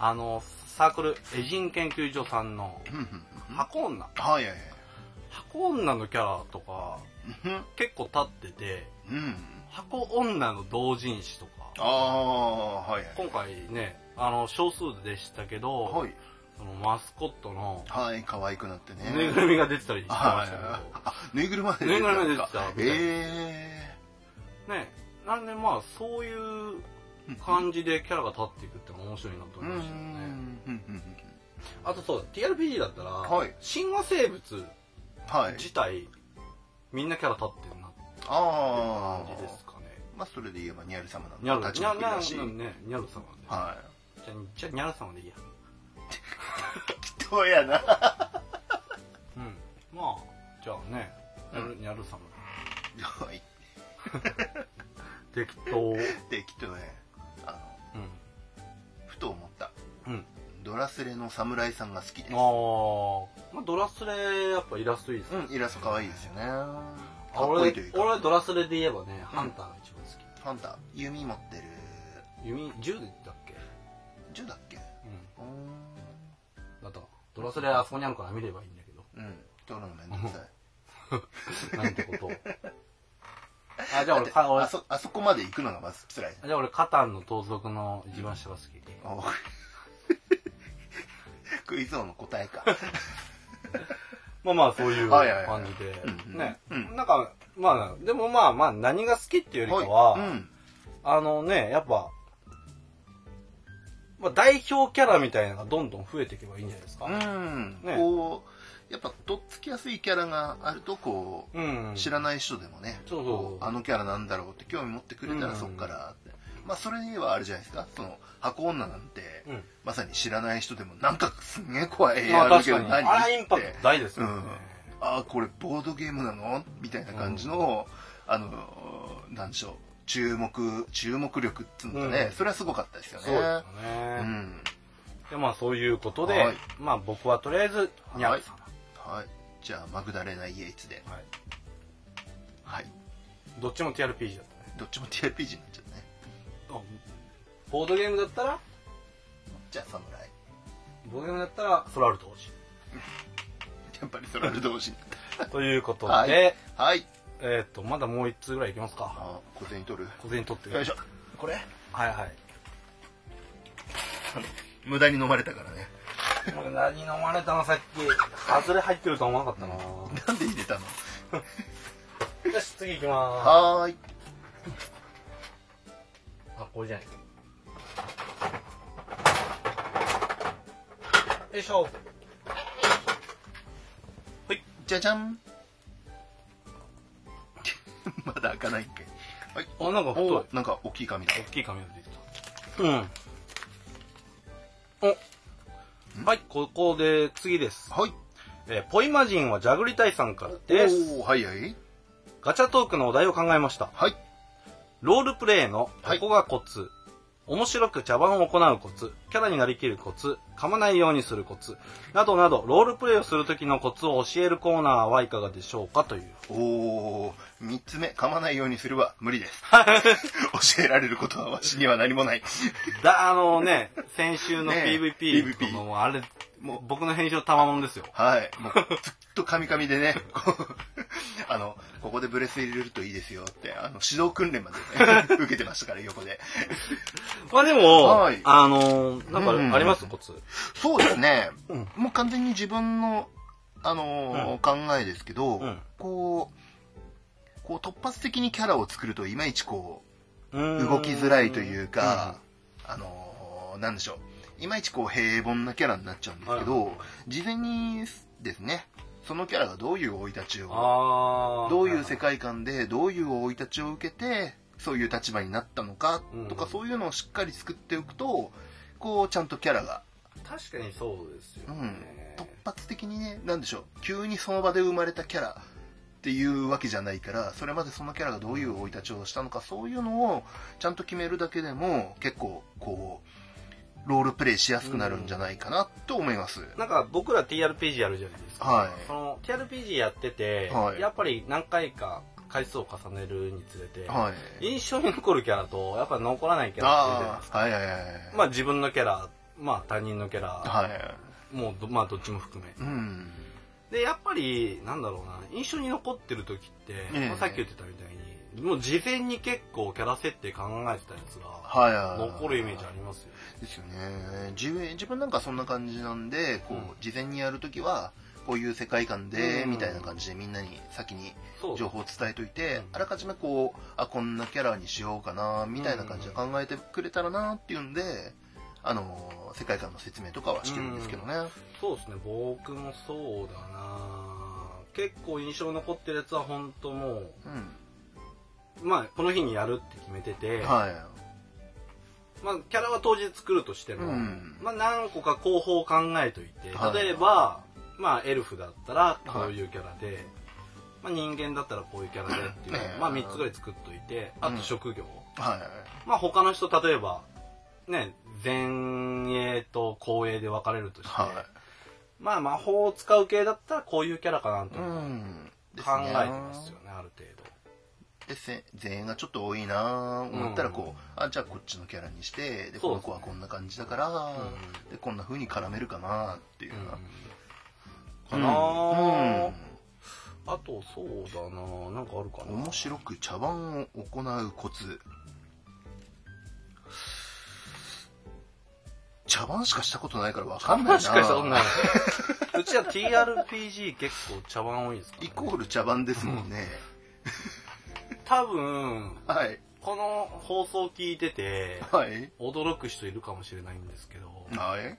あのサークルエジン研究所さんの
うんうんうん
箱女
はいはいはい
箱女のキャラとか
うん
結構立ってて
うん
箱女の同人誌と
あ
か
あはい
今回ねあの少数でしたけど、
はいはい
そのマスコットの
はい可愛くなってね
ぬいぐるみが出てたりしてま
は
し
い
たけ
あぬいぐるみまで出てたんですか
ぬいぐるみまで出てたみたい
え
ど、ね、なんでまあそういう
え
感じでキャラが立っていくってのが面白いなと
う
思
ん
いうましたよね。
んうんうん
あとそうだ、TRPG だったら、
はい
神話生物
はい
自体、みんなキャラ立ってるなって
あ
感
あ
じですかね。
まあそれで言えばニャル様な
ニャ
の
ル、
立ち
ニ
の
ャル、
き
ニャ
だし
ル、ね、ニャル様で。
は
じゃあ、じゃあニャル様でいいや。
い どうやな
うん。まあ、じゃあね、ニャル、ニャル様。
はい
適当。うん。
できっとねあのふと思った
うん。
ドラスレの侍さんが好きです
ああ、まあドラスレ、やっぱイラストいいですね
うん、イラスト可愛いですよね。かっこいいというか
俺、俺はドラスレで言えばね、ハンターが一番好き。
ハンター弓持ってる
弓、銃だっけ
銃だっけ
うん。
うーん
だと、ドラスレはあそこにあるから見ればいいんだけど。
うん取るのめんどくさい
なんてことを。あ、じ
だ
ゃあ
っ
俺、
て
か俺
あそあそこまで行くのがまず辛い
じゃあ俺、カタンの盗賊の一番下が好き。
お クイズ王の答えか
まあまあ、そういう
はいはいはい
感じで。
うんうん
ね。
うん
なんか、まあ、でもまあまあ、何が好きっていうよりかは、
はいうん
あのね、やっぱ、まあ、代表キャラみたいなのがどんどん増えていけばいいんじゃないですか。
うん、
ね
こうやっぱとっつきやすいキャラがあるとこう、
うん。
知らない人でもね
そうそう
こうあのキャラなんだろうって興味持ってくれた
う
ら
ん
そっからって、まあそれにはあるじゃないですかその箱女なんて、
うん
まさに知らない人でもなんかすんげえ怖い絵
まあ
ある
確
けど
かに。あ
何
れはインパクト大ですよね。
うんああこれボードゲームなのみたいな感じの、あのなんでしょう注目注目力っつうのかね、
うん
それはすごかったですよね
そうですよね。
うん
で、まあそういうことで、
はい
まあ僕はとりあえず、にゃんさん、
はいじゃあマグダレナ・イエイツで
はい
はい
どっちも TRPG だったね。
どっちも TRPG になっちゃうね
あボードゲームだったら、
じゃあ侍
ボードゲームだったら、ソラルト王子。
やっぱりそれは同士になっ
ということで、
はいたはい
えっ、と、まだもう一通ぐらいいきますか。
あ小銭取る
小銭取ってく
よ
だ
いし
さ
ょこれ
い。はいはい。
無駄に飲まれたからね
俺何飲まれたのさっき。外れ入ってると思わなかったな。
なんで入れたの
よし、次行きま
はーい
ーす。あ、これじゃない。よいしょ。
じゃじゃん まだ開かないんかい
あ、なんか太い。
お
大
なんか大きい紙だ
きい紙が出てきた。うん。お。はい、ここで次です。
はい
えーポイマジンはジャグリタイさんからです。
おーはいはい
ガチャトークのお題を考えました。
はい
ロールプレイの
は
こ
い
こがコツ、面白く茶番を行うコツ、キャラになりきるコツ、噛まないようにするコツ、などなど、ロールプレイをする時のコツを教えるコーナーはいかがでしょうか という。
おー三つ目噛まないようにすれば無理です 教えられることはわしには何もない
だ、あのね、先週の
ねえ
PVP、
PVP
もうあれ、
も
も
う
う僕の編集の賜物ですよ。
はいもうずっと噛み噛みでねこうあのここでブレス入れるといいですよってあの指導訓練まで、ね、受け てましたから横で
まあでも、
はい
あの、なんかあります、
うん
コツ。
そうですね、
うん
もう完全に自分の、あのー考えですけど、
うん
こう、こう突発的にキャラを作るといまいちこう、
動
動きづらいというか、あのーなんでしょう、いまいちこう平凡なキャラになっちゃうんですけど、事前にですね、そのキャラがどういう生い立ちを、
ああ。
どういう世界観で、どういう生い立ちを受けて、そういう立場になったのかとか、
うん
そういうのをしっかり作っておくと、こう、ちゃんとキャラが
確かにそうですよ
うん
ね。
突発的にね何でしょう急にその場で生まれたキャラっていうわけじゃないからそれまでそのキャラがどういう生い立ちをしたのかそういうのをちゃんと決めるだけでも結構こうロールプレイしやすくなるんじゃないかなと思います、
なんか僕ら TRPG やるじゃないですか。
はい
その TRPG やってて、
はい
やっぱり何回か回数を重ねるにつれて、
はい
印象に残るキャラと、やっぱ残らないキャラっているじゃない
あ
です
あはいはいはい
か。まあ自分のキャラ、まあ他人のキャラ、
はい
もうどまあどっちも含め。
うん
で、やっぱり、なんだろうな、印象に残ってる時って、
え
まあさっき言ってたみたいに、もう事前に結構キャラ設定考えてたやつが、
はいはいはい
残るイメージありますよ。
ですよね自分自分なんかそんな感じなんでこう、
うん
事前にやるときはこういう世界観で、
うん
みたいな感じでみんなに先に
そう。
情報を伝えといて、
うん
あらかじめこうあこんなキャラにしようかなみたいな感じで考えてくれたらなっていうんで、あの世界観の説明とかはしてるんですけどね、
そうですね僕もそうだな結構印象残ってるやつは本当も
うん
うまあこの日にやるって決めてて、
はい
まあキャラは当日作るとしても、
うん
まあ何個か候補を考えといて
はい
例えば、まあエルフだったらこういうキャラで、まあ人間だったらこういうキャラでっていうのを、
ねえ
まあ3つぐらい作っといてあと職業、
はい
まあ他の人例えばね前衛と後衛で分かれるとして、
は
まあ魔法を使う系だったらこういうキャラかなと
いうんです
考え
ね
てますよね、ある程度。
でせ前衛がちょっと多いなぁ思ったらこう、あじゃあこっちのキャラにしてでこ
そうですね
の子はこんな感じだから、でこんな風に絡めるかなっていうような、
かなあ、
うん
あと、そうだななんかあるかな
面白く茶番を行うコツ茶番しかしたことないからわかんないな
しかしたことない。うちは TRPG 結構茶番多いですから、
イ
ね。
コール茶番ですもんね、
多分、
はい
この放送聞いてて、
はい
驚く人いるかもしれないんですけど、
はい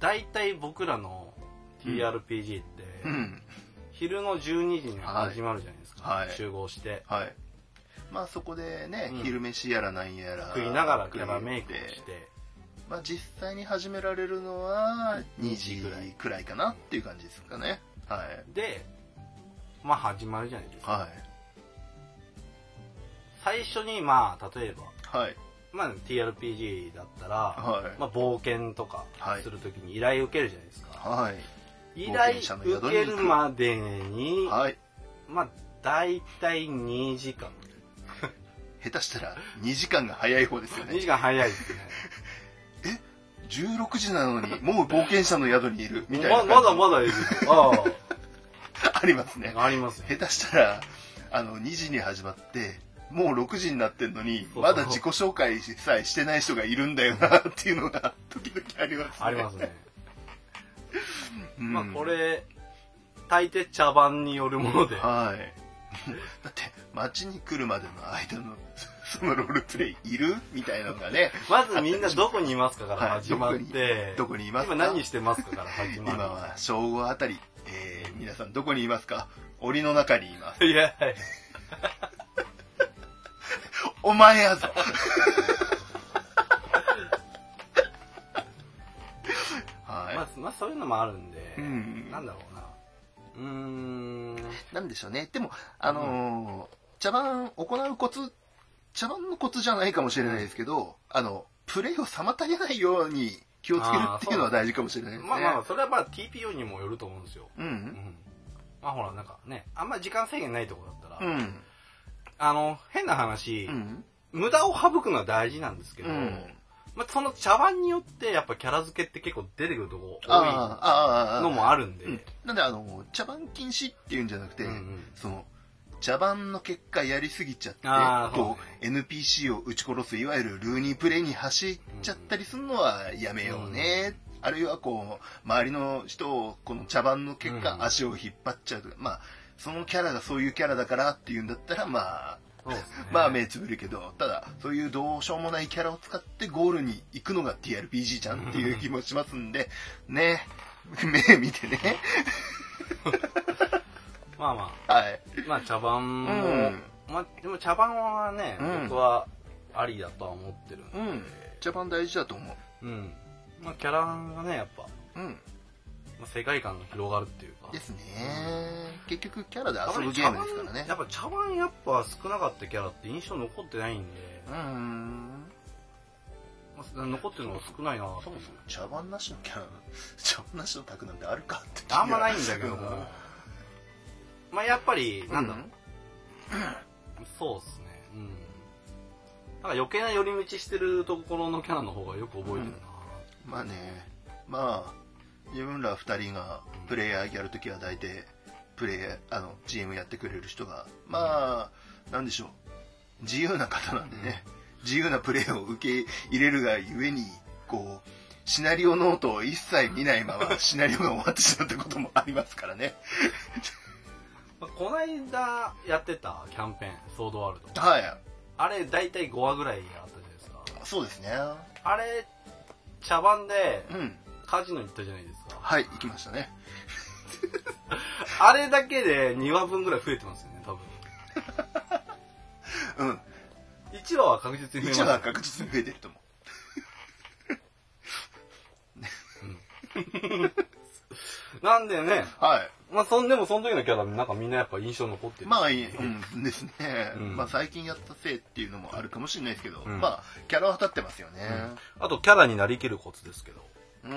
大体僕らの TRPG って、
うん
昼の12時に始まるじゃないですか。
はい
集合して、
はいまあそこでね、
うん
昼飯やらなんやら
食いながらキャラメイクをし
食い
て、
まあ、実際に始められるのは2時
ぐらい
くらいかなっていう感じですかねはい
で、まあ始まるじゃないですか。
はい
最初にまあ、例えば、
はい
まあ TRPG だったら、
はい
まあ冒険とか
はい
するときに依頼受けるじゃないですか。
はい
依
冒
頼
険者の宿
受
に
け
行く
るまでに、
はい
まあ、大体2時間。
下手したら2時間が早い方ですよ
2
ね
時間早いですね。
16時なのにもう冒険者の宿にいる みたいな
ま
感じ
まだまだいる。あ
ありますね
あ、ありますよ。
下手したらあの2時に始まってもう6時になってんのに
そうそう
まだ自己紹介さえしてない人がいるんだよなっていうのが 時々ありますね
ありますね。
うん
まあ、これ、大抵茶番によるもので、
はい。 だって、街に来るまでの間の、 そのロールプレイいるみたいなのがね、
まずみんなどこにいますかから
はい
始まって、
どこにいますか
今何してますかから始ま
今
る。
は正午あたり、えー、皆さんどこにいますか檻の中にいます。
いや、はい
お前やぞはい、
まあ、まあ、そういうのもあるんで、
うん
なんだろうな。うーん、
なんでしょうね。でも、あのー茶番行うコツ、茶番のコツじゃないかもしれないですけど、あの、プレイを妨げないように気をつけるっていうのは大事かもしれないですね。
まあまあ、それはまあ TPO にもよると思うんですよ。
う。
うんんまあほら、なんかね、あんま時間制限ないとこだった
う
ら、
ん。
あの、変な話、
うん。
無駄を省くのは大事なんですけど、
うん
まあその茶碗によって、やっぱキャラ付けって結構出てくるとこ
あ
多
あああ
い
あ
のもあるんで、
うんなんであの茶番禁止っていうんじゃなくて、
うんうん
その茶番の結果やりすぎちゃって
あー
こう NPC を撃ち殺すいわゆるルーニープレイに走っちゃったりするのはやめようね、あるいはこう周りの人をこの茶番の結
う
果
ん
足を引っ張っちゃうとか、まあそのキャラがそういうキャラだからっていうんだったらまあ
そうですね。
まあ目つぶるけど、ただ、そういうどうしようもないキャラを使ってゴールに行くのが TRPG じゃんっていう気もしますんで、ね、 目見てね。
まあま
はい。
あ、まあ茶碗も、
うん
まあでも茶碗はね、
うん
僕はありだとは思ってるんで、
うん。茶番大事だと思う。
うん。まあキャラがね、やっぱ、
うん。
まあ世界観が広がるっていうか、
ですね。結局キャラで遊ぶゲームですからね
や。っぱ茶碗やっぱ少なかったキャラって印象残ってないんで、
うん。
まあ残ってるのが少ないなと
そもそも茶番なしのキャラ、 茶番なしの卓なんてあるかって。
あんまないんだけども、まあやっぱり、
うん。
なんだろう、そうっすね。うん。なんか余計な寄り道してるところのキャラの方がよく覚えてるな。
まあね、まあ、自分ら二人がプレイヤーやるときは大体、プレイヤー、あの、GM やってくれる人が、まあ、なんでしょう、自由な方なんでね、自由なプレイを受け入れるがゆえに、こう、シナリオノートを一切見ないま ま、シナリオが終わってしまったこともありますからね。
まあこないだやってたキャンペーン、ソードワールド。
はい、
あれ大体5話ぐらいあったじゃないですか。
そうですね。
あれ、茶番で
うん。
カジノ行ったじゃないですか。
はい、行きましたね。
あれだけで2話分ぐらい増えてますよね、多分。
うん。
1話は確実に増えま
一
す
話は確実に増えてると思う。
なんでね、
はい。
まあそんでもその時のキャラなんかみんなやっぱ印象残ってる。
まあ、うんですね。
うん
まあ、最近やったせいっていうのもあるかもしれないですけど、
ん
まあ、キャラは立ってますよね。
あとキャラになりきるコツですけど。
うん。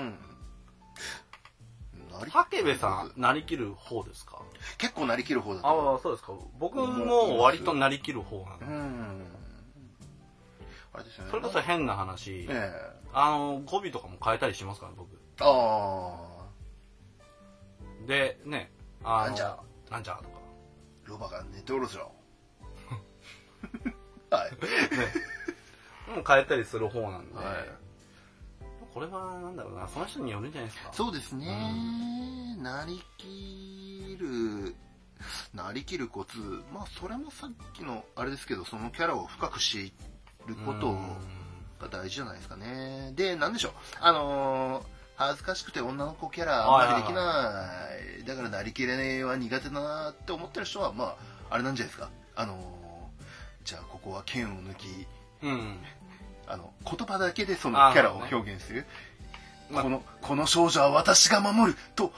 ななり
武部さん、なりきる方ですか
結構なりきる方だと思う
ああ、そうですか。僕も割となりきる方なん
う
で。
んあれですよね
それこそ変な話、
え
あの、語尾とかも変えたりしますから、僕。
えあ
で、ね、あの
なんじゃ。
なんじゃとか。
あロバが寝ておる ぞはい
もう変えたりする方なんで。
はい
これは、なんだろうな、その人によるんじゃないですか。
そうですね、なりきるなりきるコツまあそれもさっきのあれですけどそのキャラを深く知ること
うん
が大事じゃないですかねでなんでしょうあのー恥ずかしくて女の子キャラ
はい
あ
は
ん
い
ま
はい
りできないだからなりきれねえは苦手だなって思ってる人はまああれなんじゃないですかあのーじゃあここは剣を抜き
うん。
あの言葉だけでそ
あ
の
ー
キャラを
なるほ
表現する、
まあ
このこの少女は私が守ると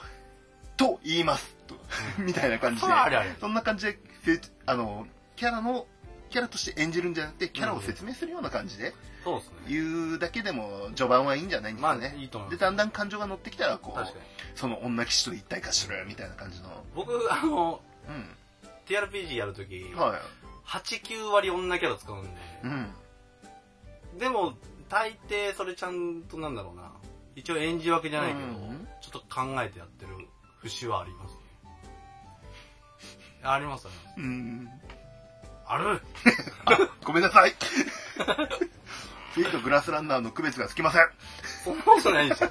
と言いますとみたいな感じ
そ
で
れはあれあれ。
そんな感じでせあのキャラのキャラとして演じるんじゃなくてキャラを説明するような感じで
そうですね。
言うだけでも序盤はいいんじゃないんです
ま
か
あ、い
ね、
いと思い
で
ます。
だんだん感情が乗ってきたらこ
確か
う
に。
その女騎士と一体化するみたいな感じの
僕、あの、
う
TRPG やるとき、
んはい
8、9割女キャラ使うんで。
うん
でも、大抵それちゃんとなんだろうな。一応演じ分けじゃないけど、
うん
ちょっと考えてやってる節はあ りますね。ありますよね。
うん
ある
ごめんなさいフィートグラスランナーの区別がつきません
そんなことない でしょ。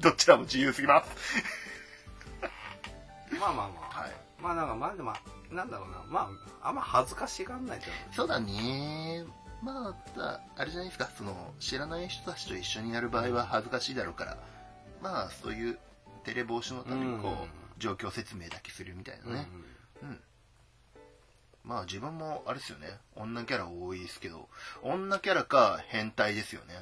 どちらも自由すぎます
まあまあまあ。
はい。
まあなんか、まあでも、なんだろうな。まあ、あんま恥ずかしがんないじゃ
そうだね。まあ、ただあれじゃないですか、その、知らない人たちと一緒にやる場合は恥ずかしいだろうから、まあ、そういう、テレ防止のためにこう、
うん
状況説明だけするみたい
ん。
なね。まあ、自分も、あれですよね、女キャラ多いですけど、女キャラか変態ですよね。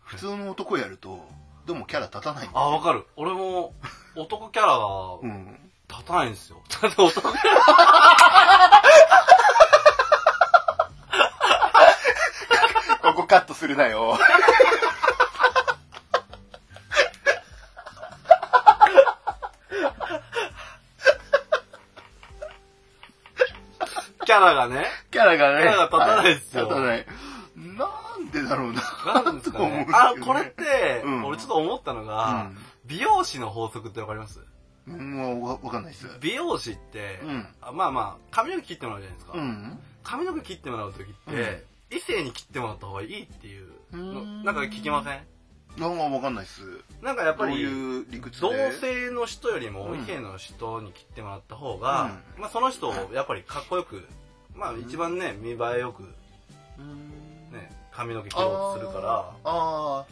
普通の男やると、どうもキャラ立たないんです
あ、わ
よ。
かる。俺も、男キャラが
うん。
立たないんですよ。だって男キャラ
ここカットするなよ。
キャラがね、
キャラがね。
キャラが立たないですよ
は立たない。なんでだろうな。
なんですか
と思うん
ね
で。す
あ
け、ど
これって、
うん
俺ちょっと思ったのが、美容師の法則ってわかります
うん、わわかんないです。
美容師って、
うん。
あまあまあ、髪の毛切ってもらうじゃないですか。
うん。
髪の毛切ってもらうときって、異性に切ってもらった方がいいっていうの、
うーん
なんか聞きません
なんかわかんないっす。
なんかやっ
ど
ぱ
う
り、
いう理屈で
同性の人よりも
うん
異性の人に切ってもらった方が、まあその人をやっぱりかっこよく、まあ一番ね、見栄えよく、ね、髪の毛切ろうとするから、
あ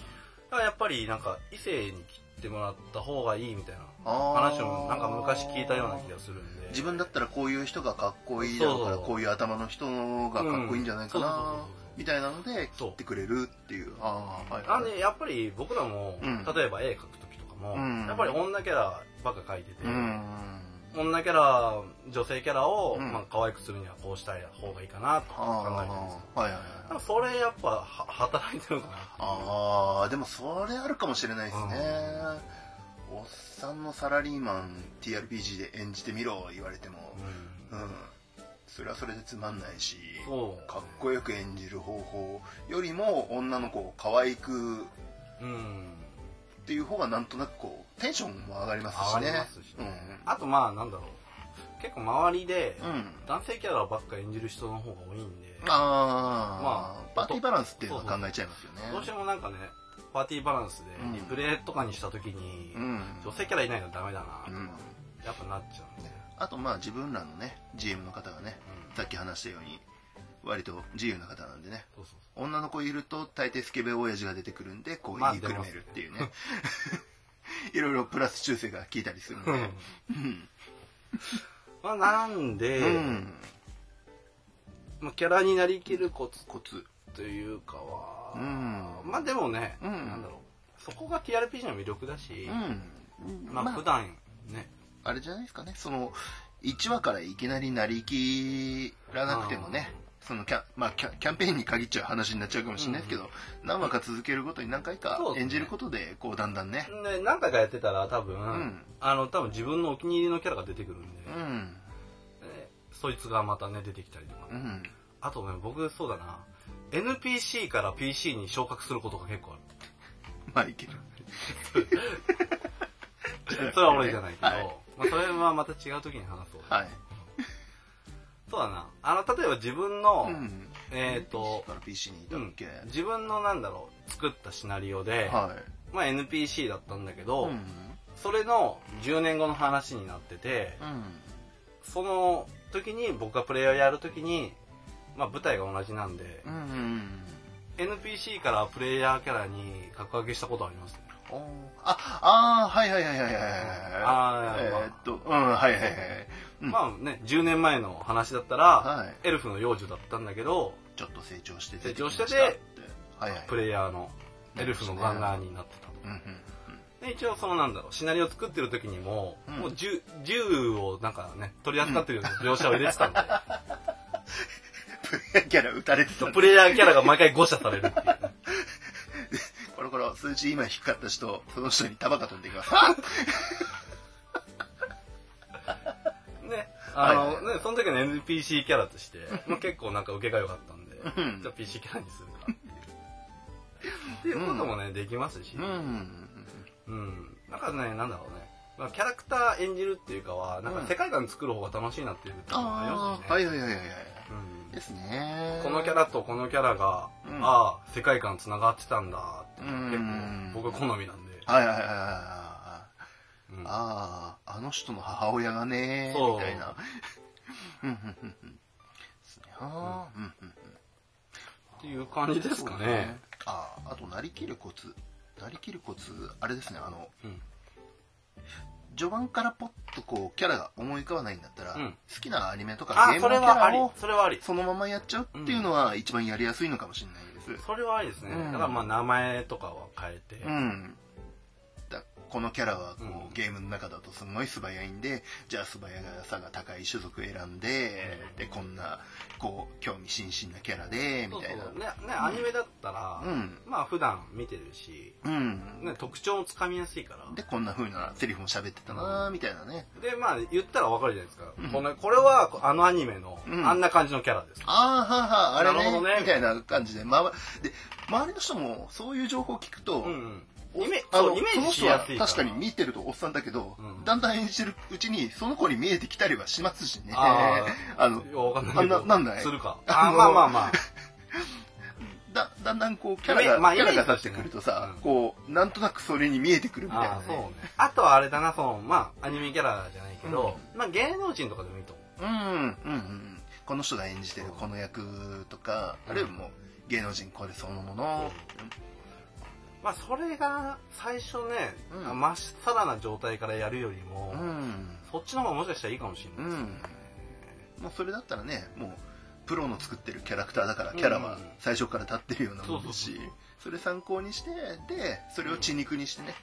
だからやっぱりなんか異性に切ってもらった方がいいみたいな
ーあ
話をなんか昔聞いたような気がするんで。
自分だったらこういう人がかっこいいだろうから
そう
こういう頭の人のがかっこいいんじゃないか
うんそうそう
な
そうそう
みたいなので
そう
切ってくれるっていうああはい
あ
は
の
い
ね、やっぱり僕らも、
うん
例えば絵描く時とかも、
うん
やっぱり女キャラばっか描いてて、
うん
女キャラ女性キャラを、
うん
まあ可愛くするにはこうした方がいいかなと
あ
か考えてるんですよ
あはいはいはい
なんかそれやっぱは働いてるのかな
ああでもそれあるかもしれないですねおっさんのサラリーマン TRPG で演じてみろ言われても
うん
うんそれはそれでつまんないし
そう
かっこよく演じる方法よりも女の子を可愛くっ
うん
ていう方がなんとなくこうテンションも上がりますし
上が
ね
りますしねあとまあなんだろう結構周りで、
うん、うん、
男性キャラばっか演じる人の方が多いんで、
あ
ま
まあ
あ
パーティーバランスっていうのは考えちゃいますよね
どうしてもなんかねパーティーバランス
うん
でリプレイとかにした時に、
うん、
女性キャラいないとダメだな、
うん、
やっぱなっちゃうんで、
あとまあ自分らのね GM の方がね
うん
さっき話したように割と自由な方なんでね
そうそう
女の子いると大抵スケベ親父が出てくるんでこう
まあ
言いくるめるっていうね、 いろいろプラス修正が効いたりするので、
そうまあなんで、
うん
まあ、キャラになりきるコツ
コツ
というかは、
うん
まあでもね、
うん
なんだろうそこが TRPG の魅力だし、
うん
ま
ま
あ
あ
普段ね、
あれじゃないですかねその1話からいきなりなりきらなくてもねそのキャ,、まあ、キャキャンペーンに限っちゃう話になっちゃうかもしれないですけど、何話か続けるごとに何回か
そうですね
演じることでこうだんだんね
ね、何回かやってたら多分、
ん
あの多分自分のお気に入りのキャラが出てくるんで、
うん
ねそいつがまたね出てきたりとか、
うん
あとね僕そうだな NPC から PC に昇格することが結構あ
まあいける
るそれは俺じゃないけど、
はい
まあ、それはまた違う時に話そう、
はい
そうだなあの例えば自分の、
うん
えっ、と
PC から PC にいた
う
っ
ん
け、
自分のなんだろう作ったシナリオで、
は
まあ、NPC だったんだけ
い
ど、
うん
それの10年後の話になってて、
うん
その時に僕がプレイヤーやる時に、まあ、舞台が同じなんで、
うんうん
NPC からプレイヤーキャラに格上げしたことありますね
おーああーはいはいはいはいはいはい
あー
えーっとうんはいはいはいうん
まあね10年前の話だったら、
はい
エルフの幼女だったんだけど
ちょっと成長して
成長してて
出きましたってはいはい
プレイヤーのエルフのガンガーになってた
うんうん
で一応そのなんだろうシナリオ作ってる時にも、
うん
もう銃銃をなんかね取り扱ってるような描写を入れてたんで、
プレイヤーキャラ打たれてた
プレイヤーキャラが毎回誤射されるっていうね
これこれ数値今低かった人その人に束が飛んでいき ますあ
ね、あの、
はいはい
ね、その時の NPC キャラとして、まあ、結構なんか受けが良かったんで、
ん
じゃあ PC キャラにするかっていう。っていうこともね、できますし
う、ん
うん、なんかね、なんだろうね。まあ、キャラクター演じるっていうかは、なんか世界観作る方が楽しいなっていうふうに思いま
あ
す
あは
し
い
ね。
はいはいはいはい
うん
ですね
このキャラとこのキャラが、
うん
ああ、世界観繋がってたんだって、結
うん
構僕は好みなんで。
はいはいはいはいはいはい
うん
あああの人の母親がね
そう
みたい なうんうんうんうんですねあーうんうん
っていう感じですかね。
あああとなりきるコツなりきるコツあれですねあの
うん
序盤からポッとこうキャラが思い浮かばないんだったら、
うん
好きなアニメとかゲ
ああ、
ー
そ
ム
れ
のキャ
はあり
ラを。
それはあり。
そのままやっちゃうっていうのは一番やりやすいのかもしれないです、
それはありですね、
うん
だからまあ名前とかは変えて、
うん、だこのキャラはこう、
うん
ゲームの中だとすごい素早いんでじゃあ素早さが高い種族選んででこんなこう興味津々なキャラで
そ
み
う
た
そ
いな
うねねアニメだったら、
うん
まあ普段見てるし、
うん、
ね、特徴もつかみやすいから
でこんな風なセリフも喋ってたなみたいなね
でまあ言ったらわかるじゃないですか、このこれはあのアニメの、
うん
あんな感じのキャラです
ああはーはーあれ
なる
ね
ほどね
みたいな感じで,、まわ、で周りの人もそういう情報を聞くと、
うんうんイメ
あ
そ
の
うイメ
そ
ー
の
ジし
人
や
は
すいから
確かに見てるとおっさんだけど、
うん
だんだん演じてるうちにその子に見えてきたりはしますしね
あ
あの
いやわかんないけど
あななんだい
するか
あ
あ
の
まあまあまあ
だだんだんこうキャラ
イメ
が、
まあ
キャラ
イメージ
が
と
立って
し
て
ね
くるとさ、
うん
こうなんとなくそれに見えてくるみたいな、
あそうねあとはあれだなそのまあアニメキャラじゃないけど、まあ芸能人とかでもいいと思う
うんうんうんこの人が演じてるこの役とか、あるいはもう芸能人これそのもの、
まあそれが最初ね、
うん
まっさらな状態からやるよりも、
うん
そっちの方がもしかしたらいいかもしれないですね。
もうそれだったらねもうプロの作ってるキャラクターだからキャラは最初から立ってるようなもんだし、
うんうん
それ参考にしてでそれを血肉にしてね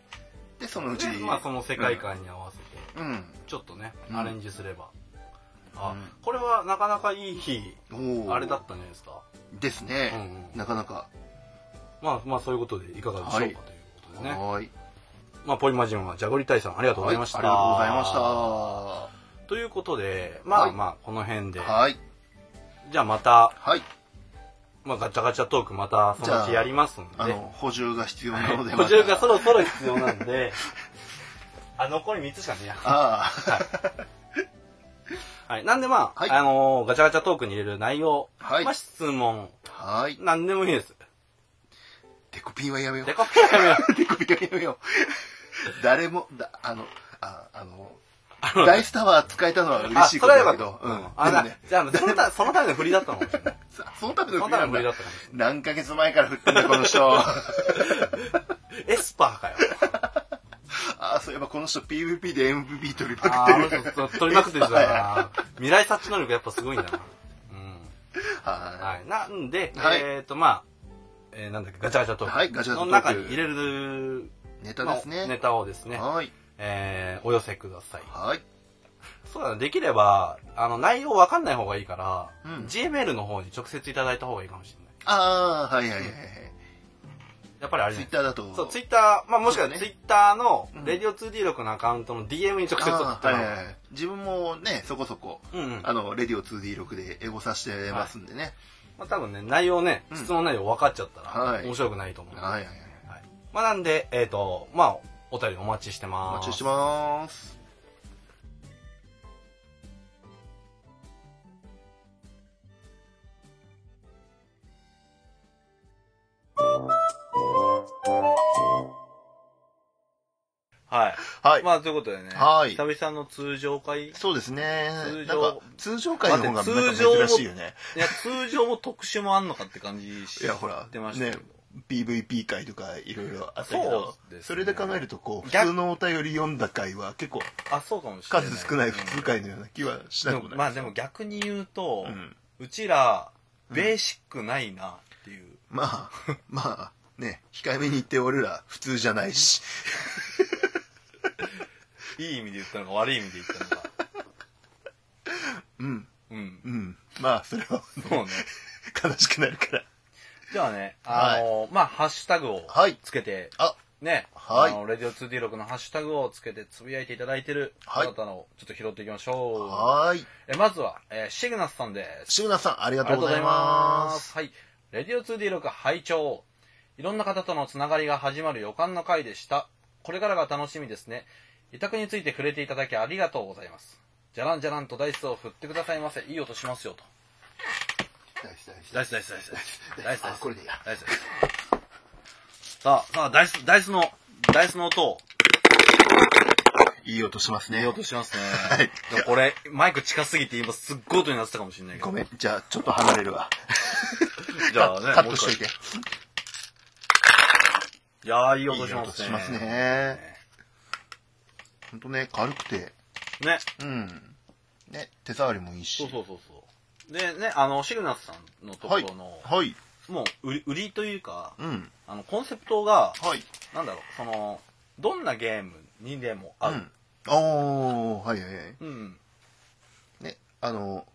でそのうち
でまあその世界観に合わせて、
うん
ちょっとね、
うん
アレンジすれば。あ、
うん
これはなかなかいい、
おー
あれだったんじゃないですか。
ですね、
うんうん
なかなか、
まあまあそういうことでいかがでしょうか、
はい
ということでね。
はーい
まあポイマジンはジャゴリ大さんありがとうございました。
はいありがとうございまし
した。ということで、ま
は
あ
い
まあこの辺で、
たはい
じゃあまた、
はい
まあガチャガチャトークまたそのうちやりますん
あ
で
の、補充が必要なので
途中がそ
そ
ろそろ必要なんで、 あ、残り3つしかねえや。
ああ
はい。なんでまあ、
はい
あのーガチャガチャトークに入れる内容、
はい
まあ質問、
はい
なんでもいいです。
デコピンはやめよう
でこっからやめよ う
デコピンはやめよう誰もだあのああのダイスタワー使えたのは嬉しいことだけど、
あそれはよ
うん、
かったあ
でも
だ
ね、
じゃあ、その た、そのための振りだったのかもしれない。
さそのため
そ
の
の
振り
ため
な
の
ん
振りだっ
だ。
たか
何ヶ月前から振ってんだ、この人。
もし れない。エスパーかよ。
ああ、そういえばこの人 PVP で MVP 取りま
あ
く
ー
っ
あの
てる。
人、取りまくってるじゃんな。未来察知能力やっぱすごいんだな。うん。
は
はい。なんで、
はい
えっ、と、まあ、えーなんだっけ、ガチャガチャトーク。
はいガチャガチャトーク
の中に入れる、
い。ネタです
まあ
ね
ネ。タをですね、
はい。
えーお寄せください。
はい。
そうだね。できれば、あの、内容わかんない方がいいから、
うん
Gmail の方に直接いただいた方がいいかもしれない。
ああ、はいはいはいはい。
やっぱりあれ
ツイ
ね
ッ。ターだと。
そう、ツイッター、まあ、もしくは
そうだね
ツイッターの
うん、
レディオ 2D6 のアカウントの DM に直接送
あ
っ
ー
て
はい
もら
は
う。
いはい。自分もね、そこそこ、
うんうん。
あの、レディオ 2D6 でエゴさせてますんでね。
まあ、多分ね、内容ね、
うん
質問内容分かっちゃった
は
ら、
い
面白くないと思う。
はい
ま
はいはい。
あ、なんで、えっと、まあ、お便りお待ちして
お
ます。
待ちしてます。
はい。
はい。
まあ、ということでね、
はい
久々の通常会、い
そうですね。
通
なん
常
か、通常会の方がなんか珍しいよね。
や、通常も特殊もあんのかって感じし
いや、ほら、
出ましたけ
ね
ど。、
PVP 会とかいろいろあったけど、
そうですね
それで考えると、こう、普
逆
通のお便り読んだ回は結構
あ、そうかもしれない。
数少ない普通回のような気はしな
で
く
も
もない。
まあでも逆に言うと、
う
うんちら、ベーシックないなっていう。
まあ、まあ、ね、控えめに言って俺ら普通じゃないし。
いい意味で言ったのか悪い意味で言っ たのか。
うん、
う
う
ん。
ん。まあ、それは、
そうね。
悲しくなるから。
じゃあね、
は
あ
い
のまあ、ハッシュタグを
はい
つけて、
あ、
ね、
はい
あの、レディオ 2D6 のハッシュタグをつけてつぶやいていただいてる
はい
方のをちょっと拾っていきましょう。
はーい。
えまずは、えーシグナスさんです。
シグナさん、ありが
あり
とう
がと
ご
うご
ざ
ざ
い
い
ま。
ますす。はい。レディオ 2D6 拝聴いろんな方とのつながりが始まる予感の回でした。これからが楽しみですね。委託について触れていただきありがとうございます。じゃらんじゃらんとダイスを振ってくださいませ。いい音しますよと。
大事大事
ダイスダイスダイスダイス。ダイスダイ
あ
ス。
これでいいや
ダイスダイス。さあ、さあ、ダイス、ダイスの、ダイスの音を、
いい音します
いい
ね。
音しますね。
い
でもこれ、マイク近すぎて今すっごい音になってたかもしれないけ
ご
ど。
めん、じゃあ、ちょっと離れ るわ。
じゃあね、
カットしといて。
いやー、いい
いい
音しま
音
すね。
しますね。ほんとね、軽くて。
ね。
うん。ね、手触りもいいし。
そうそうそうそう。でね、あの、シグナスさんのとこ
はい
ろの、。
はい。
もう売り、売りというか、
うん。
あの、コンセプトが、
はい。
なんだろう、その、どんなゲームにでも合う。
うん。おー、はいはいはい。
うん。
ね、あの、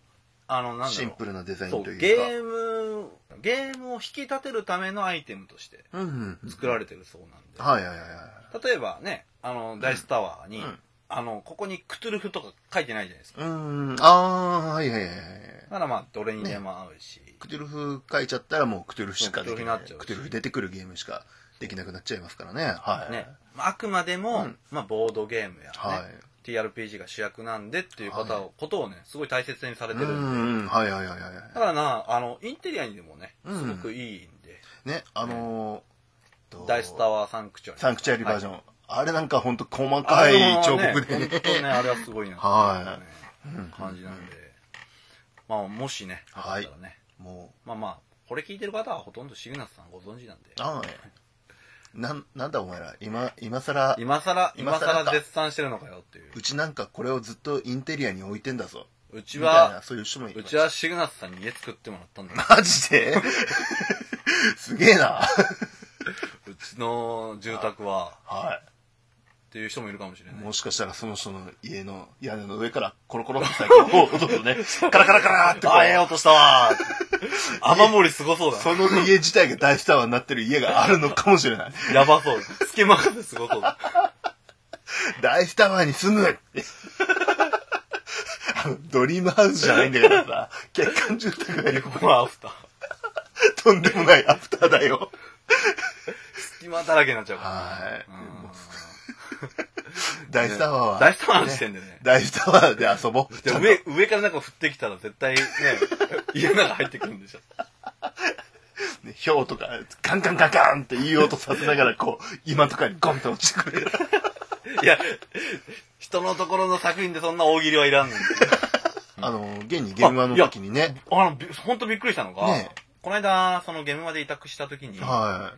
あの、なんだろう。
シンプルなデザイ
そ
ン
う、
というか。
ゲーム、ゲームを引き立てるためのアイテムとして
うんうんうん。
作られてるそうなんで。
はいはいはいはい。
例えばね、あの、ダイスタワーに、
うん
あの、ここにクトゥルフとか書いてないじゃないですか。
うん。あー、はいはいはいはい。
だからまあ、どれにでも合うし。
クトゥルフ書いちゃったらもうクトゥルフしかできない。
そうクトゥルフになっちゃうし
クトゥルフ出てくるゲームしかできなくなっちゃいますからね。はい。
ね、まああくまでも、
うん
まあ、ボードゲームや、ね
はい
TRPG が主役なんでっていう方を、
は
ことをねすごい大切にされ
う
てるんで
んうん、はいはいはいはい。
だからなあのインテリアにでもね
うん
すごくいいんで、
ね、あのーえっと
ダイスタワーサンクチュアリ
サンクチュアリバージョン。あれなんかほんと細か
はいいあの
彫
ね
刻で。
本当ねあれはすごいなって
は
いうね感じなんで、まあ、もしねよかったらね、
も
まあまあこれ聞いてる方はほとんどシグナスさんご存知なんで
う、あい。なん、なんだお前ら、今、今更、
今さら
今
今
更
さ
から
絶賛してるのかよっていう
うちなんかこれをずっとインテリアに置いてんだぞ。
うち
みたいな、
は
そういう人もいる
うちはシグナスさんに家作ってもらったんだよ
マジで すげえな。
うちの住宅は、
は
っていう人もいるかもしれ
い。
ない
も。しかしたらその人の家の屋根の上からコロコロって最後の音と ね、カラカラカラーってこう
あ、ええ音したわー 雨漏りすごそうだ
その家自体が大スタワーになってる家があるのかもしれ ない。
やばそう。隙間風すごそうだ。
大スタワーに住むって。あの、ドリームハウスじゃないんだから さ、欠陥住宅が
ここはアフター。
とんでもないアフターだよ。
隙間だらけになっちゃうか
はい。
ら。うん
大スタワーは。
大スタワーの時点でね
大スタワーで遊ぼう。
で
ちゃんと
上、上からなんか降ってきたら絶対ね、 家の中入ってくるんでしょ。
ね、ひょうとか、ガンガンガンガンっていい音させながら、こう、今とかにゴンと落ちてくれる。
いや、人のところの作品でそんな大喜利はいらんのに。
あの、現にゲームマの時にね、
あの、びほんとびっくりしたのが
ね、
この間、そのゲームまで委託した時に、
は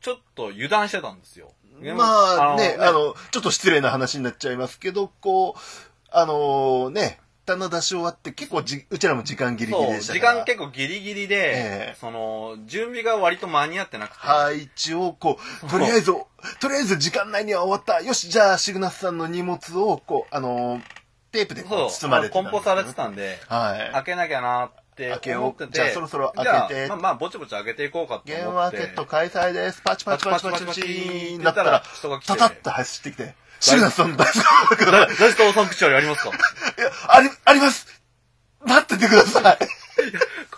ちょっと油断してたんですよ。
い。まあね、あ
の
の、ちょっと失礼な話になっちゃいますけど、こう、あのね、棚出し終わって結構じ、うちらも時間ギリギリ
そう、
でした
時
から。
間結構ギリギリで、
ええ
その、準備が割と間に合ってなくて、
はい、一応、こう、とりあえず、とりあえず時間内には終わった。よし、じゃあ、シグナスさんの荷物を、こう、あのーテープでこ
そうう、
包まれてたん
梱
ですね
包されてたんで、
は
開けなきゃなって
開けよう
思ってて。
じゃあそろそろ開けて
じゃあまあまあ、ぼちぼち開けていこう
い。
かと
ゲ
思
ー
って。
ムマーケット開催です。パチパチパチパチパチーンだったら、
人が来て
タタッと走ってきて、シルナスさんの大好きな曲
だ、大スおさん口よりありますか
いや、あり、あります待っててください。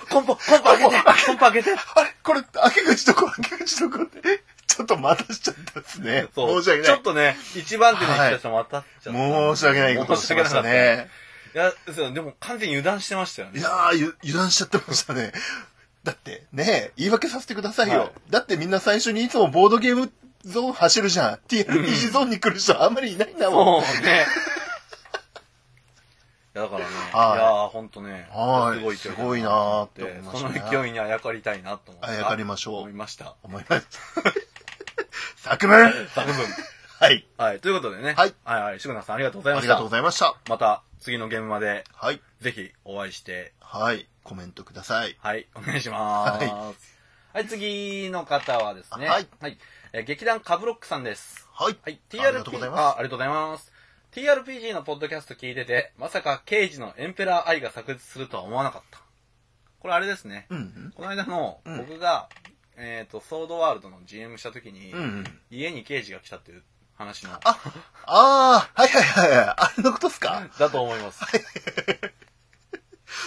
コンポ、コンポ開けてコンポ開けて
あれこれ、開け口どこ開け口どこって、ちょっと待たしちゃったですね。
そう
申し訳
ち
な
ょっとね、一番手に来た人も当たっちゃった。
い。申し訳ないことをしました
申し訳な
ね。
いや、そう、でも完全に油断してましたよ
い
ね。
やー、ゆ油断しちゃってましたね。だって、ねえ言い訳させてくださいよ。
はい
だってみんな最初にいつもボードゲームゾーン走るじゃん。TRPG ゾーンに来る人あんまりいないんだもん。
もうね。いやだからね、
はい
いやーほんとね、
はい
勢だ
すごいなーって思いま
そ
した
の
ね
勢いにあやかりたいなと思って。
あやかりましょう
思いました。
思い ます。作文
作文。
はい。
はい、ということでね。
はい。
はいはい、しぐなさんありがとうござい
あ
ま
り
し
が
た。
とうございました。
また次のゲームまで、
はい。
ぜひお会いして、
はい。コメントください。
はい、お願いします。
は
はい、次の方はですね。
はい。
えー劇団カブロックさんです。
はい。
はい、
あり
TRP
がとうございます
あ。ありがとうございます。TRPG のポッドキャスト聞いてて、まさか刑事のエンペラー愛が炸裂するとは思わなかった。これあれですね。
うんうん。
この間の、
うん
僕が、えっ、と、ソードワールドの GM した時に、
うんうん。
家に刑事が来たっていう話の、
あ、ああ、はいはいはいはい。あれのことっすか
だと思います。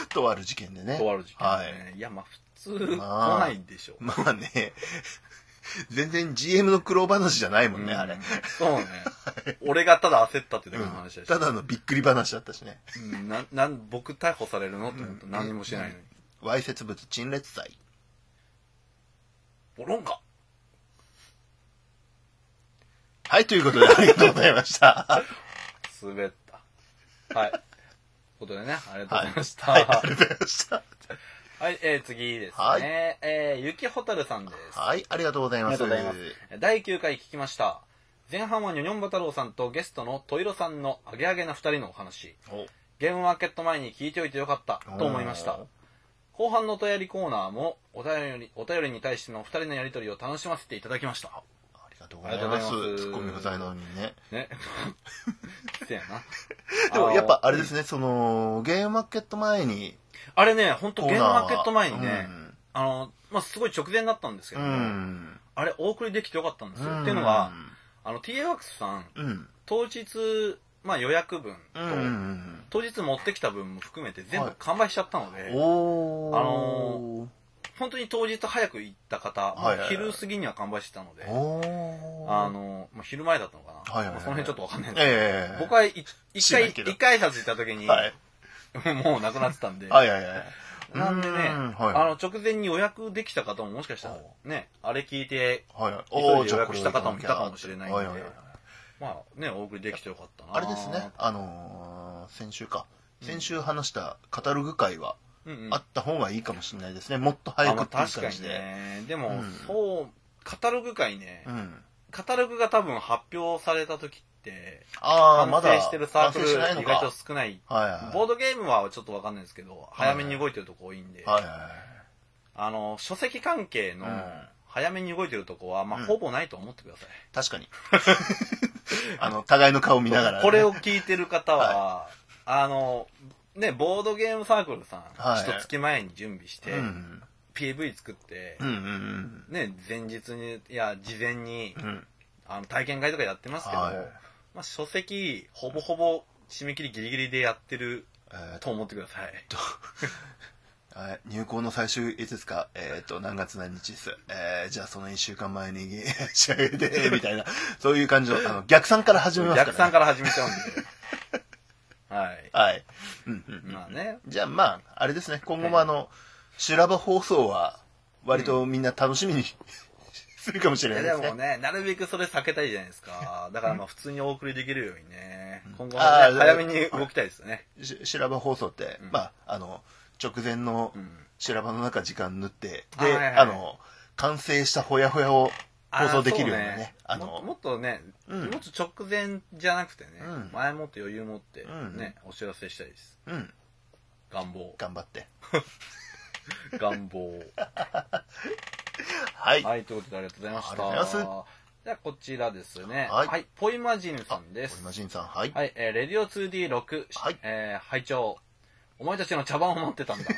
とある事件でね。
とある事件、
は
ね
い。
い。や、まあ、普通来ないでしょう。
まあね、全然 GM の苦労話じゃないもんね、
うん
あれ。
そうね。 俺がただ焦ったってだけの話でした
だのびっくり話だったしね。
うんななん僕逮捕されるのって思ったら何もしないのに。
わいせつ物陳列罪。
ボロンか
はい、ということでありがとうございました。
滑った。はい。ということでね、ありがとうございました。
は、
はいい、
ありがとうございました。
えー次ですね。
はい
えーゆきほたるさんです。
はい、ありがとうございます。
ありがとうござい第9回聞きました。前半はニョニョンバ太郎さんとゲストのトイロさんのアゲアゲな2人のお話。
お
ゲームマーケット前に聞いておいてよかったと思いました
おー。
後半のお便りコーナーもお便り、お便りに対してのお二人のやりとりを楽しませていただきました。
ありがとうございます。ツッコミ不在なのにね。
ね。 せやな。
でも
あの
やっぱあれですね、その、ゲームマーケット前に、
あれね、本当
コ
ゲ
ー
ーム
ナーは
マーケット前にね、あの、まあ、すごい直前だったんですけ
う
ど、
ん。
あれお送りできてよかったんですよ。
ん
っていうのは、、あの、TA ワックスさん、
うん。
当日、まあ、予約分と、
うんうん
当日持ってきた分も含めて全
は
部
い
完売しちゃったの
う
で、
ん。おー。
あの本当に当日早く行った方、
はいはいはい
昼過ぎには完売してたので、
おー。
あ、の、まあ、昼前だったのかな。
はいはいはい
まあその辺ちょっとわかんないんですけど
ええ
僕はい一回、
知らんけど
一回挨拶行った時に、
はい。
もうなくなってたんで、
はいはいはい。
なんでね、
うんはい
あの、直前に予約できた方ももしかしたら、ね、あれ聞いて、
はいはい。
急い
ー
で予約した方もいたかもしれないんで
はいはいはい
まあね、お送りできてよかったな
あれですね、。あのー、先週か。先週話したカタログ会は
うんうん。
あった方がいいかもしれないですね。もっと
あ
早
ま
く
あ
っていう
確か
感じ
に
で。
ね。でも、
うん
そう、カタログ会ね、
うん。
カタログが多分発表された時って、
ああ、
完
まだ
成してるサーク
完
ル
成してないの
意外と
か。
少ない。
はいはい。
ボードゲームはちょっとわかんないですけど、早めに動いてるとこ多いんで、
はいはいはい。
あの、書籍関係の
うん
早めに動いてるとこは、ま
う
あ
ん
ほぼないと思ってください。
確かに。あの、互いの顔見ながらね。
これを聞いてる方は、あの、ね、ボードゲームサークルさん、
はい
一月前に準備し
う
て、
ん。
PV 作って
うん、うんうん
ね、前日に、いや、事前に
う、ん。
あの、体験会とかやってますけど、
はい
まあ、書籍、ほぼほぼ、締め切りギリギリでやってる
えーと
と思ってくださ い。
はい入校の最終いつですかえっ、と、何月何日です。えー、じゃあその1週間前に仕上げて、みたいな、そういう感じの、あの、逆算から始めますから、ね。
逆算から始めちゃうんで。はい。
はい。うんうん
まあね、
じゃあまあ、あれですね、今後もあの、修羅場放送は、割とみんな楽しみにするかもしれない
で
ですね。
もね、なるべくそれ避けたいじゃないですか。だからまあ普通にお送りできるようにね、今後
あ
は
ー
ね、早めに動きたいですよね。
し修羅場放送って、
ん
まあ、あの、直前の
うん
修羅場の中時間縫って、
あ
で、
はいはい
あの、完成したほやほやを放送できるようにね、あ
あそうもっと
の、
もっとね、
うん
もっと直前じゃなくてね、
うん
前もっと余裕持って
うん
ね、お知らせしたいです
うん、
願望
頑張って。
願望
はい。
はいということでありがとうございました
ありがとうございま
じゃあ、こちらですね。
はい
ポイマジンさんで
オ
す
リ。マジンさん、はい。
はい、えーレディオ 2D6、
はい
えー拝聴。お前たちの茶番を待ってた んだ。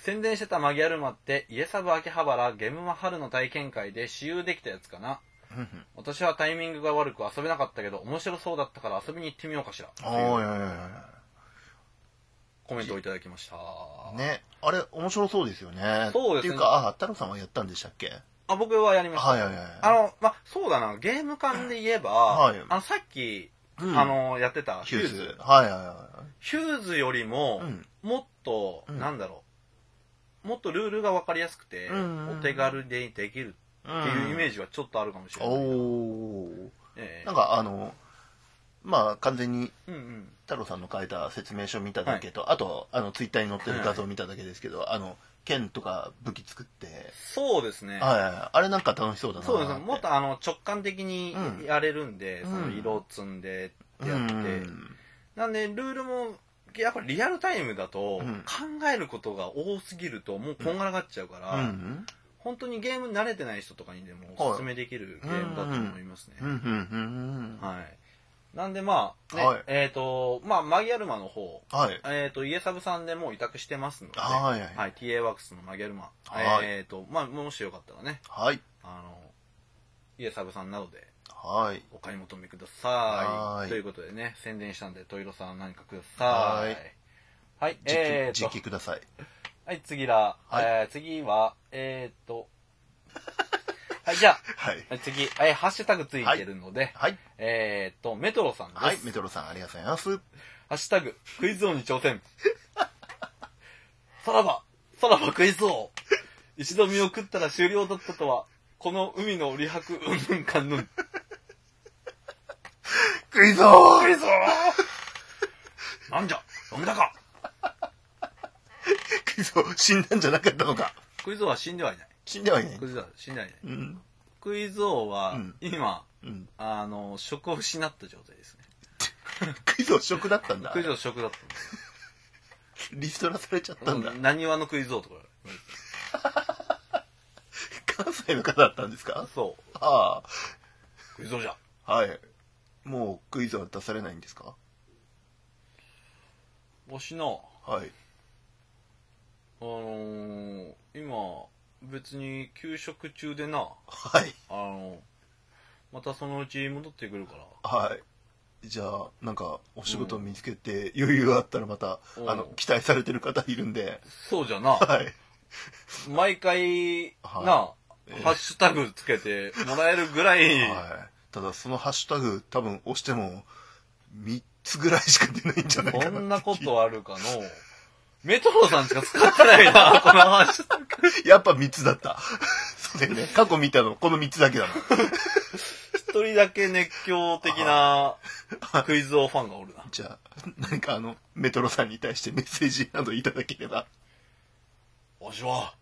宣伝してたマギアルマって、イエサブ秋葉原ゲームマ春の体験会で私有できたやつかな。私はタイミングが悪く遊べなかったけど、面白そうだったから遊びに行ってみようかしら。
ああ、いやいやいや
コメントをいただきました。
いやね、あれ、面白そうですよね。
そうで
って
すね
いうか、あ、太郎さんはやったんでしたっけ
あ、僕はやりました。
はいはいはい。
あの、ま、そうだな、ゲーム館で言えば、
はい
あの、さっき、
うん
あの、やってた、
ヒューズ。はいはいは
ヒューズよりも、
うん
もっと、
うん
なんだろう、もっとルールが分かりやすくて、
うんうんうん
お手軽でできる
い
っ
は
て
い。
いうイメー
ジ。
ジはちょっとあるかもしれない。
おー。
ええ
なんかあの、まあ完全に
うんうん。
太郎さんの書いた説明書見ただけと、あと、あの、ツイッターに載ってる画像見ただけですけど、あの、剣とか武器作って、
そうです
は
ね。
いはいはい、あれなんか楽しそうだな
そうですね。
って
もっとあの直感的に
うん
やれるんで、
うん
その色を積んでって
う
やって、
ん
なんでルールも、やっぱりリアルタイムだと
うん
考えることが多すぎるともうこんがらがっちゃうから、
うん
本当にゲーム慣れてない人とかにでもおすすめできるゲームだと思いますね。
うんうんうんうん
はい。なんでまあ、ね、
はい
えっ、と、まあ、マギアルマの方、
はい
えっ、と、イエサブさんでもう委託してますので、
はいはい
はい、TA ワークスのマギアルマ、
はい
えっ、と、まあ、もしよかったらね、
はい
あの、イエサブさんなどで
はい
お買い求めください。
はい
ということでね、宣伝したんで、トイロさん何かください。
はい
はい、
実機,、
えー
実
と
機、ください
はい、次ら、
はい
えー次は、えっ、と、はい、じゃ
はい
あ、次、えーハッシュタグついてるので、
はい
えっと、メトロさんです。
はいメトロさんありがとうございます
ハッシュタグ、クイズ王に挑戦。さらば、さらばクイズ王。一度見送ったら終了だったとは、この海の利白うんぬんかんぬん。
クイズ王
クイズ王なんじゃ、飲んだか。
クイズ王死んだんじゃなかったのか
クイズ王は死んではいない。
死んではいない
クイズ王は死んではいない。
うん
クイズ王は
うん、
今、
うん
あの、職を失った状態ですね。
クイズ王食だったんだ
クイズ王職だったんです
リストラされちゃったんだ
何話のクイズ王とか。
関西の方だったんですか
そう。
あ
クイズ王じゃ。
あはいもうクイズは出されないんですか
わしの、
はい
あのー、今、別に休職中でな、
はい
あの、またそのうち戻ってくるから。
はい。じゃあ、なんか、お仕事見つけて、余裕があったらまた、
うん
あの、期待されてる方いるんで、
そうじ ゃな。
はい。
毎回、
はい
な、
ええ
ハッシュタグつけてもらえるぐらい、
はい。ただ、そのハッシュタグ、多分押しても、3つぐらいしか出ないんじゃないかな。
こんなことあるかの、メトロさんしか使ってない な、このハッシュタグ。
やっぱ3つだった。 そうだよね。過去見たの、この3つだけだな。
一人だけ熱狂的なクイズ王ファンがおるな。
じゃあ、何かあの、メトロさんに対してメッセージなどいただければ。
わしは、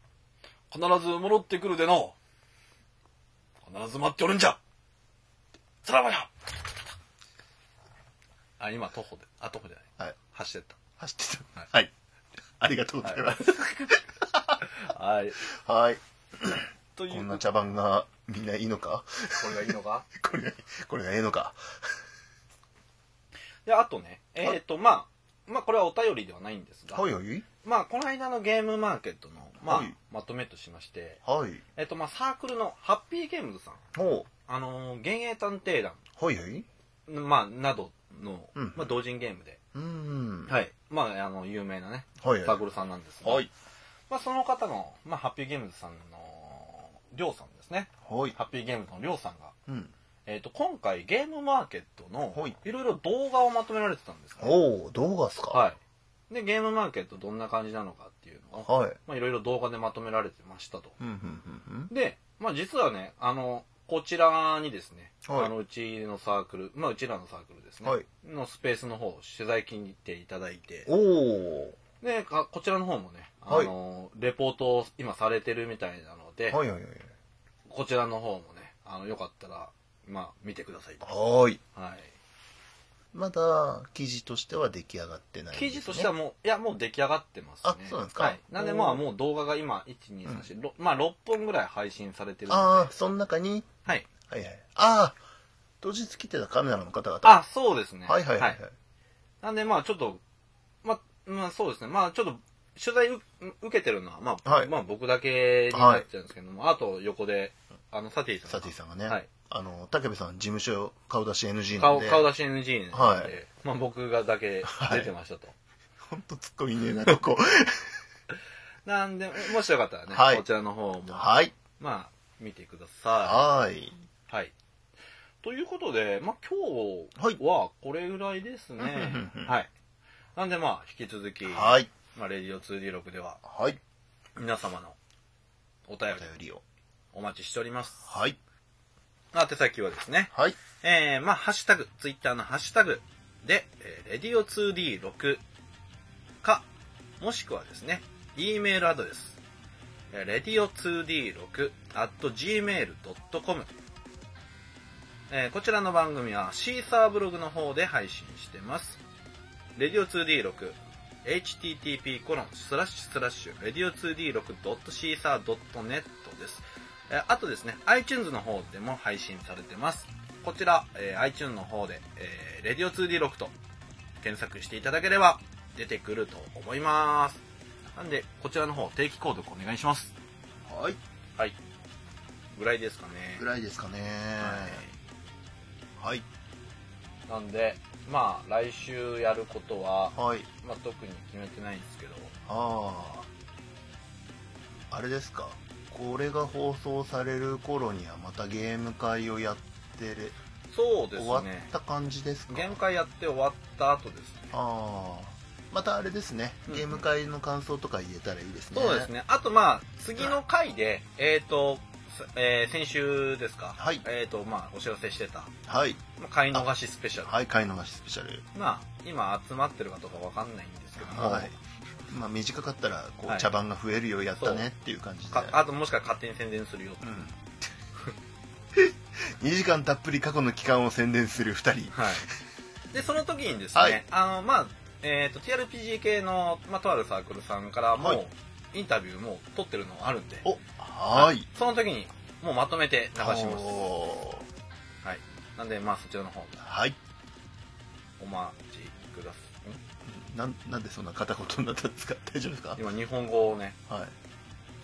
必ず戻ってくるでの、必ず待っておるんじゃさらばじゃあ、今、徒歩で、あ、徒歩じゃない。
はい。
走ってっ
走ってた。
は
はいい。ありがとうございます。
た。はい。
はい。
という、
こんな茶番が、みんないいのか
これがいいのか
これが、これがええのか
で、あとね、えっ、ー、と、まあ、まあ、これはお便りではないんですが、
はいはい。
まあ、この間のゲームマーケットの、まあ、
はい
まとめとしまして、
はい。
えっ、と、まあ、サークルのハッピーゲームズさん、
ほ
あのー、幻影探偵団、
う。はいはい。
まあ、などの、
うん
まあ、同人ゲームで、
うーん。
はい。まあ、あの、有名なね、
はい。
サークルさんなんですが、
はい。
まあ、その方の、まあ、ハッピーゲームズさんの、りょうさんですね。
はい。
ハッピーゲームズのりょうさんが、
うん。
えっ、と、今回ゲームマーケットの
はい、
いろいろ動画をまとめられてたんですね
おお、動画っすか
はい。で、ゲームマーケットどんな感じなのかっていうのを、
はい。
まあ、いろいろ動画でまとめられてましたと。
うん、うん、
で、まあ、実はね、あの、こちらにですね、
はい
あの、うちのサークル、まあ、うちらのサークルですね、
はい
のスペースの方、取材に行っていただいて、
うん。お
で、かこちらの方もね、あ
はい
の、レポートを今されてるみたいなので、
お。はいはい
こちらの方もね、あの、よかったら、まあ、見てくださいと。
はい。はい。
はい。
まだ、記事としては出来上がってない、
記事としては、もう、いや、もう出来上がってますね。
あそうなんですか
はい。なんで、
おー
まあ、もう動画が今、1、2、3、4、ろまあ、6本ぐらい配信されてるんで、
ああ、その中に、
はい。
はいはい。ああ、当日来てたカメラの方々。
あ、そうですね。
はいはいはいはい。
なんで、まあちょっと、まあ、まあそうですね。まあちょっと、取材う受けてるのは、まあ、
はい
まあ僕だけになっちゃうんですけども、あと横で、あの、サティさんが。
サティさんがね、
はい
あの、竹部さん事務所顔出し NG なん
顔、
で、
顔出し NG なんで、
はい
まあ僕がだけ出てましたと。
ほんとツッコミねえな、ここ。
なんで、もしよかったらね、
はい
こちらの方も、
はい。
まあ、見てくださ
はい。
い。はい。ということで、まあ今
はい
日はこれぐらいですね。
うんうん
はい。なんでまあ引き続き、
はい。
まあレディオ 2D6 では
はい。
皆様のお便
お
り
便りを。
お待ちしております。
はい。
宛先はですね、
はい。
えー、まあ、ハッシュタグ、ツイッターのハッシュタグで、えー、レディオ 2D6 か、もしくはですね、E メールアドレス、えー、radio2d6 at gmail.com、えー、こちらの番組はシーサーブログの方で配信してます。レディオ 2D6 http コロンスラッシュスラッシュ radio2d6.caesar.net です。えーあとですね、iTunes の方でも配信されてます。こちら、えー iTunes の方で、えー、radio2d6 と検索していただければ出てくると思います。なんで、こちらの方定期購読お願いします。
はい。
はい。ぐらいですかね。
ぐらいですかね。はい。
い。なんで、まあ、来週やることは、
はい。
まあ、特に決めてないんですけど、
ああ。あれですか。これが放送される頃にはまたゲーム会をやってれ、
そうで
終わ
す
っ
ね。
た感じですか
限界やって終わった後ですね。
ああ。またあれですね。
うん
ゲーム会の感想とか言えたらいいですね。
そうです。ね。あとまあ、次の回で、えっ、と、すえー先週ですか。
はい
えっ、と、まあ、お知らせしてた、ま
はい。
あ、買い逃しスペシャル。
はい、会のがしスペシャル。
まあ、今集まってるかとかわかんないんですけども、
はい。まあ短かったら、こ
は
う、
い
茶番が増えるようやった
そう
ねっていう感じで。
かあともしくは勝手に宣伝するよと。
うん。2時間たっぷり過去の期間を宣伝する2人。
はい。で、その時にですね、
はい
あの、まあ、えっ、と、TRPG 系の、まあ、とあるサークルさんからもう、
はい
インタビューも撮ってるのあるんで、
お、はーい。
その時に、もうまとめて流します。は
おー
い。なんで、まあ、そちらの方も
はい。
お待ちください。ん
なん、なんでそんな片言になったんですか大丈夫ですか
今、日本語をね、
はい。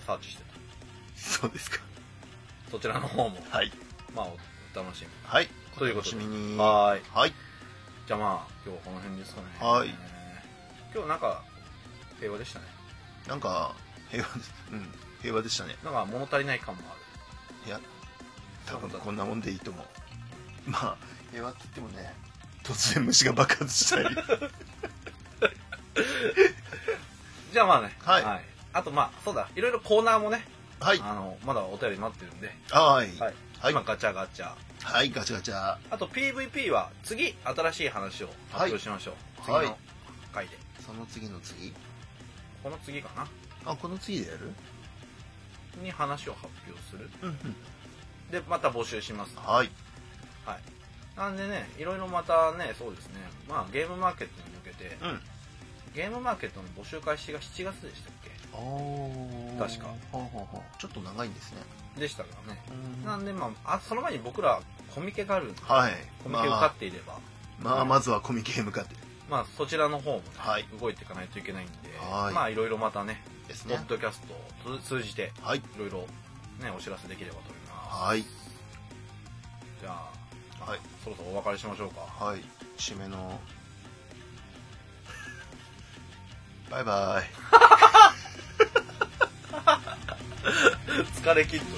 サーチしてた。
そうですか。
そちらの方も、
はい。
まあ、お楽しみに。
はい。
ということ
お楽し
で
みに。は
はーい。
い。
じゃあまあ、今日はこの辺ですかね。
はい
今日なんか、平和でしたね。
なんか、平和です。うん。平和でしたね。
なんか物足りない感もある。
いや、多分こんなもんでいいと思う。まあ、平和って言ってもね、突然虫が爆発した り。
じゃあまあね。
はい
あとまあ、そうだ、いろいろコーナーもね、
はい。
あの、まだお便り待ってるんで、
はい。
はい
はい
今ガチャガチャ。
はい、ガチャガチャ。
あと PVP は次、新しい話を発表しましょう。
はい
次の回で。
その次の次
この次かな
あ、この次でやる
に話を発表する。
うんうん。
で、また募集します。
はい。
なんでね、いろいろまたね、そうですね、まあゲームマーケットに向けて、
うん
ゲームマーケットの募集開始が7月でしたっ
お
確か
ほうほうほうちょっと長いんですね。
けでしたからね。なんでまあ、あその前に僕らコミケがあるんで、
はい。
コミ
ま
ケ受か
あ
っ、ていれば、
まあ、まずはコミケ向かって
まあそちらの方もね、
はい
動いていかないといけないんで、
はい
まあいろいろまたね、
です
ポ
ね
ッ。ドキャストを通通じて、
はい。
いろいろね、お知らせできればと思います。
はい。
じゃあ、
はい。
そろそろお別れしましょ うか。
はい。締めの。バイバイ。
疲れ切っとる